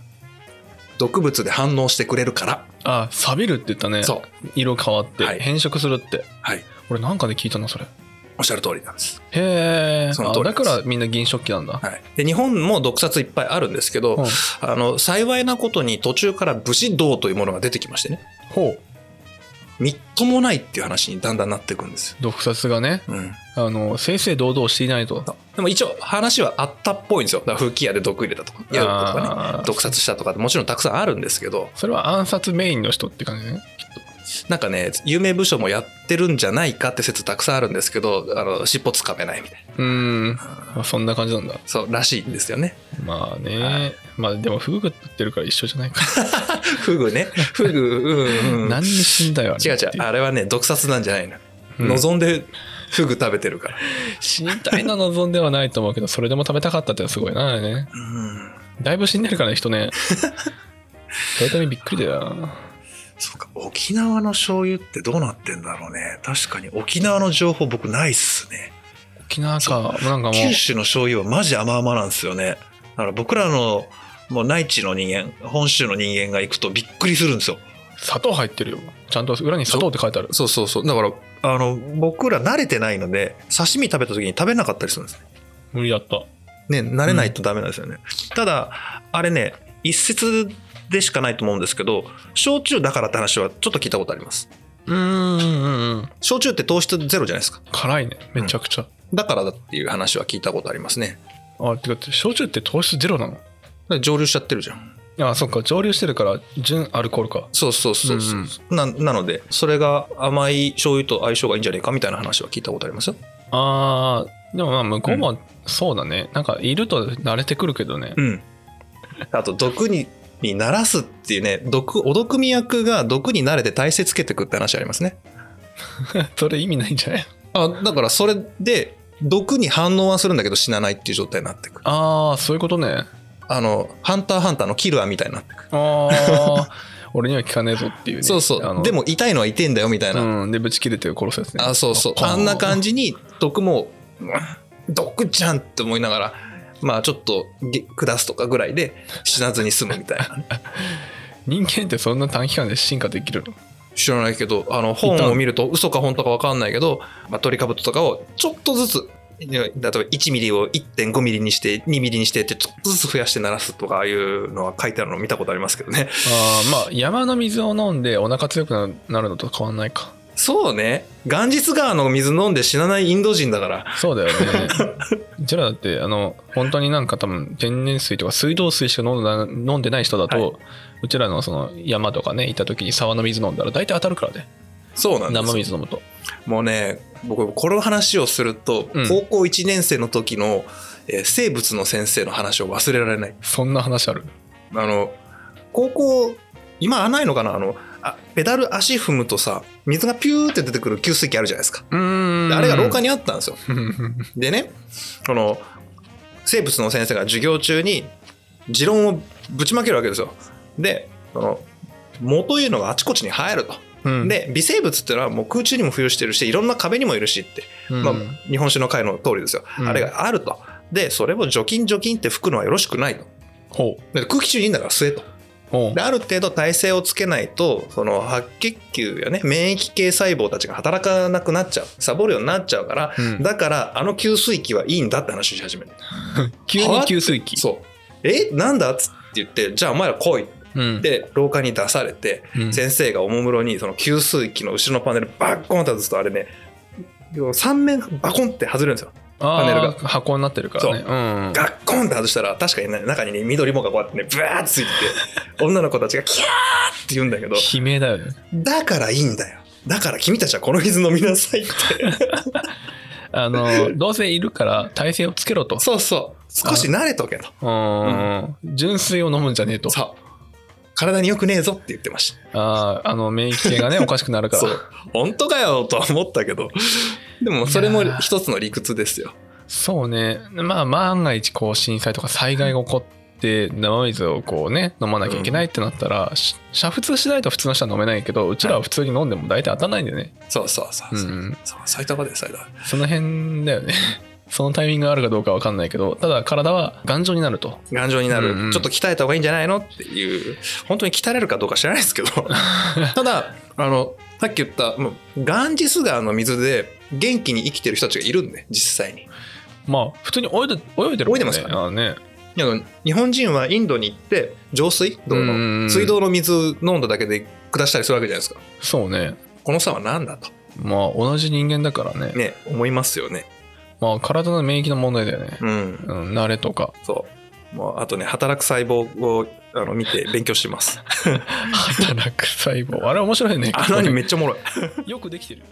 毒物で反応してくれるから。あ錆びるって言ったねそう。色変わって、はい変色するってはい。俺なんかで聞いたなそれおっしゃる通りなんです。へえその通りでだすからみんな銀食器なんだ、はい、で日本も毒殺いっぱいあるんですけど、うんあの幸いなことに途中から武士道というものが出てきましてねほうみっともないっていう話にだんだんなっていくんですよ。毒殺がねうん、あの正々堂々していないとでも一応話はあったっぽいんですよ。だから吹き矢で毒入れたとか、やるとかあね、ー毒殺したとかってもちろんたくさんあるんですけど、それは暗殺メインの人って感じねなんかね、有名部署もやってるんじゃないかって説たくさんあるんですけど、あの尻尾つかめないみたいな、うーん、まあ、そんな感じなんだそうらしいんですよね。 まあね、はいまあでもフグ食ってるから一緒じゃないかフグね、フグ、うん うん、何に死んだよあれ違う違う、あれはね、毒殺なんじゃないの。うん望んでフグ食べてるから。死にたいの望んではないと思うけどそれでも食べたかったってのはすごいなあれねうんだいぶ死んでるからね人 ねそれためびっくりだよそうか、沖縄の醤油ってどうなってんだろうね。確かに沖縄の情報僕ないっすね。沖縄かなんかもう九州の醤油はマジ甘々なんですよね。だから僕らのもう内地の人間、本州の人間が行くとびっくりするんですよ。砂糖入ってるよちゃんと裏に砂糖って書いてあるそうそうそう。だから、あの、僕ら慣れてないので、刺身食べた時に食べなかったりするんです無理だったね。ね、慣れないとダメなんですよね。ただ、あれね、一説でしかないと思うんですけど、焼酎だからって話はちょっと聞いたことあります。うんうんうんうん焼酎って糖質ゼロじゃないですか。辛いねめちゃくちゃ、だからだっていう話は聞いたことありますね。あてか焼酎って糖質ゼロなのだから蒸留しちゃってるじゃん。あそっか蒸留してるから純アルコールかそうそうそうそう、な。なので、それが甘い醤油と相性がいいんじゃないかみたいな話は聞いたことありますよ。あーでもまあ向こうもそうだね、なんかいると慣れてくるけどね、うん。あと、毒に、にならすっていうね、毒、お毒味役が毒に慣れて体勢つけてくって話ありますね。それ意味ないんじ ゃないあ、だからそれで、毒に反応はするんだけど死なないっていう状態になってくる。ああそういうことねあの、ハンターハンターのキルアみたいになってくる。ああ 俺には効かねえぞっていうねそうそあのう。でも痛いのは痛いんだよみたいな。うんでぶち切れて殺すやつねあそうそうあんな感じに毒もうん毒じゃんって思いながらまあちょっとげ下すとかぐらいで死なずに済むみたいなね人間ってそんな短期間で進化できるの知らないけどあの本を見ると嘘か本当か分かんないけど、まあ、トリカブトとかをちょっとずついや例えば1ミリを1.5ミリにして2ミリにしてってちょっとずつ増やして鳴らすとかああいうのは書いてあるの見たことありますけどね あーまあ山の水を飲んでお腹強くなるのと変わんないかそうねガンジス川の水飲んで死なないインド人だからそうだよ ねうちらだってあの本当になんか多分天然水とか水道水しか飲んだ飲んでない人だと、はうちらのその山とかね行った時に沢の水飲んだら大体当たるからねそうなんです生水飲むともうね僕この話をすると、うん高校1年生の時の、えー生物の先生の話を忘れられないそんな話あるあの高校今はないのかなあのあペダル足踏むとさ水がピューって出てくる給水器あるじゃないですかうーでんあれが廊下ににあったんですよでねこの生物の先生が授業中に持論をぶちまけるわけですよでその藻というのがあちこちに生えると、うん、で微生物っていうのはもう空中にも浮遊してるしいろんな壁にもいるしってうんまあ、日本酒の会の通りですよ、うんあれがあるとでそれを除菌除菌って吹くのはよろしくないとほで空気中にいいんだから吸えとうほうである程度耐性をつけないとその白血球やね免疫系細胞たちが働かなくなっちゃうサボるようになっちゃうから、うんだからあの給水器はいいんだって話をし始める急に給水器そうえなんだっつって言ってじゃあお前ら来いっうんて廊下に出されて、うん先生がおもむろにその給水器の後ろのパネルバッコンって外すとあれね3面バコンって外れるんですよあーパネルが箱になってるからね、そうガん、ッコンって外したら確かにね中にね緑もがこうやってねブワーッついてて女の子たちがキャーって言うんだけど悲鳴だよねだからいいんだよだから君たちはこの水飲みなさいってあのどうせいるから体勢をつけろ とそうそう少し慣れとけとうーん純粋を飲むんじゃねえとそう体に良くねえぞって言ってましあーあの免疫 系がねおかしくなるかたらそう本当かよとは思ったけどでもそれもいやー一つの理屈ですよそうねまあ万が一こう震災とか災害が起こって生水をこうね飲まなきゃいけないってなったら、し煮沸しないと普通の人は飲めないけどうちらは普通に飲んでも大体当たんないんだよね、そうそうそうそう、うんそう埼玉で埼玉その辺だよね そのタイミングがあるかどうかわかんないけどただ体は頑丈になると頑丈になる、うんうんちょっと鍛えた方がいいんじゃないのっていう本当に鍛えれるかどうか知らないですけ どただあのさっき言ったもうガンジス川の水で元気に生きてる人たちがいるんで実際にまあ普通に泳いで泳いでるも泳いんねでますからあーねいや日本人はインドに行って上水道うんうんうのん水道の水飲んだだけで下したりするわけじゃないですかそうねこの差は何だと、まあ同じ人間だからねね、思いますよね。まあ体の免疫の問題だよね、うん。うん、慣れとかそう。もうあとね、働く細胞をあの見て勉強してます。働く細胞あれ面白いねあのにめっちゃおもろい。よくできてる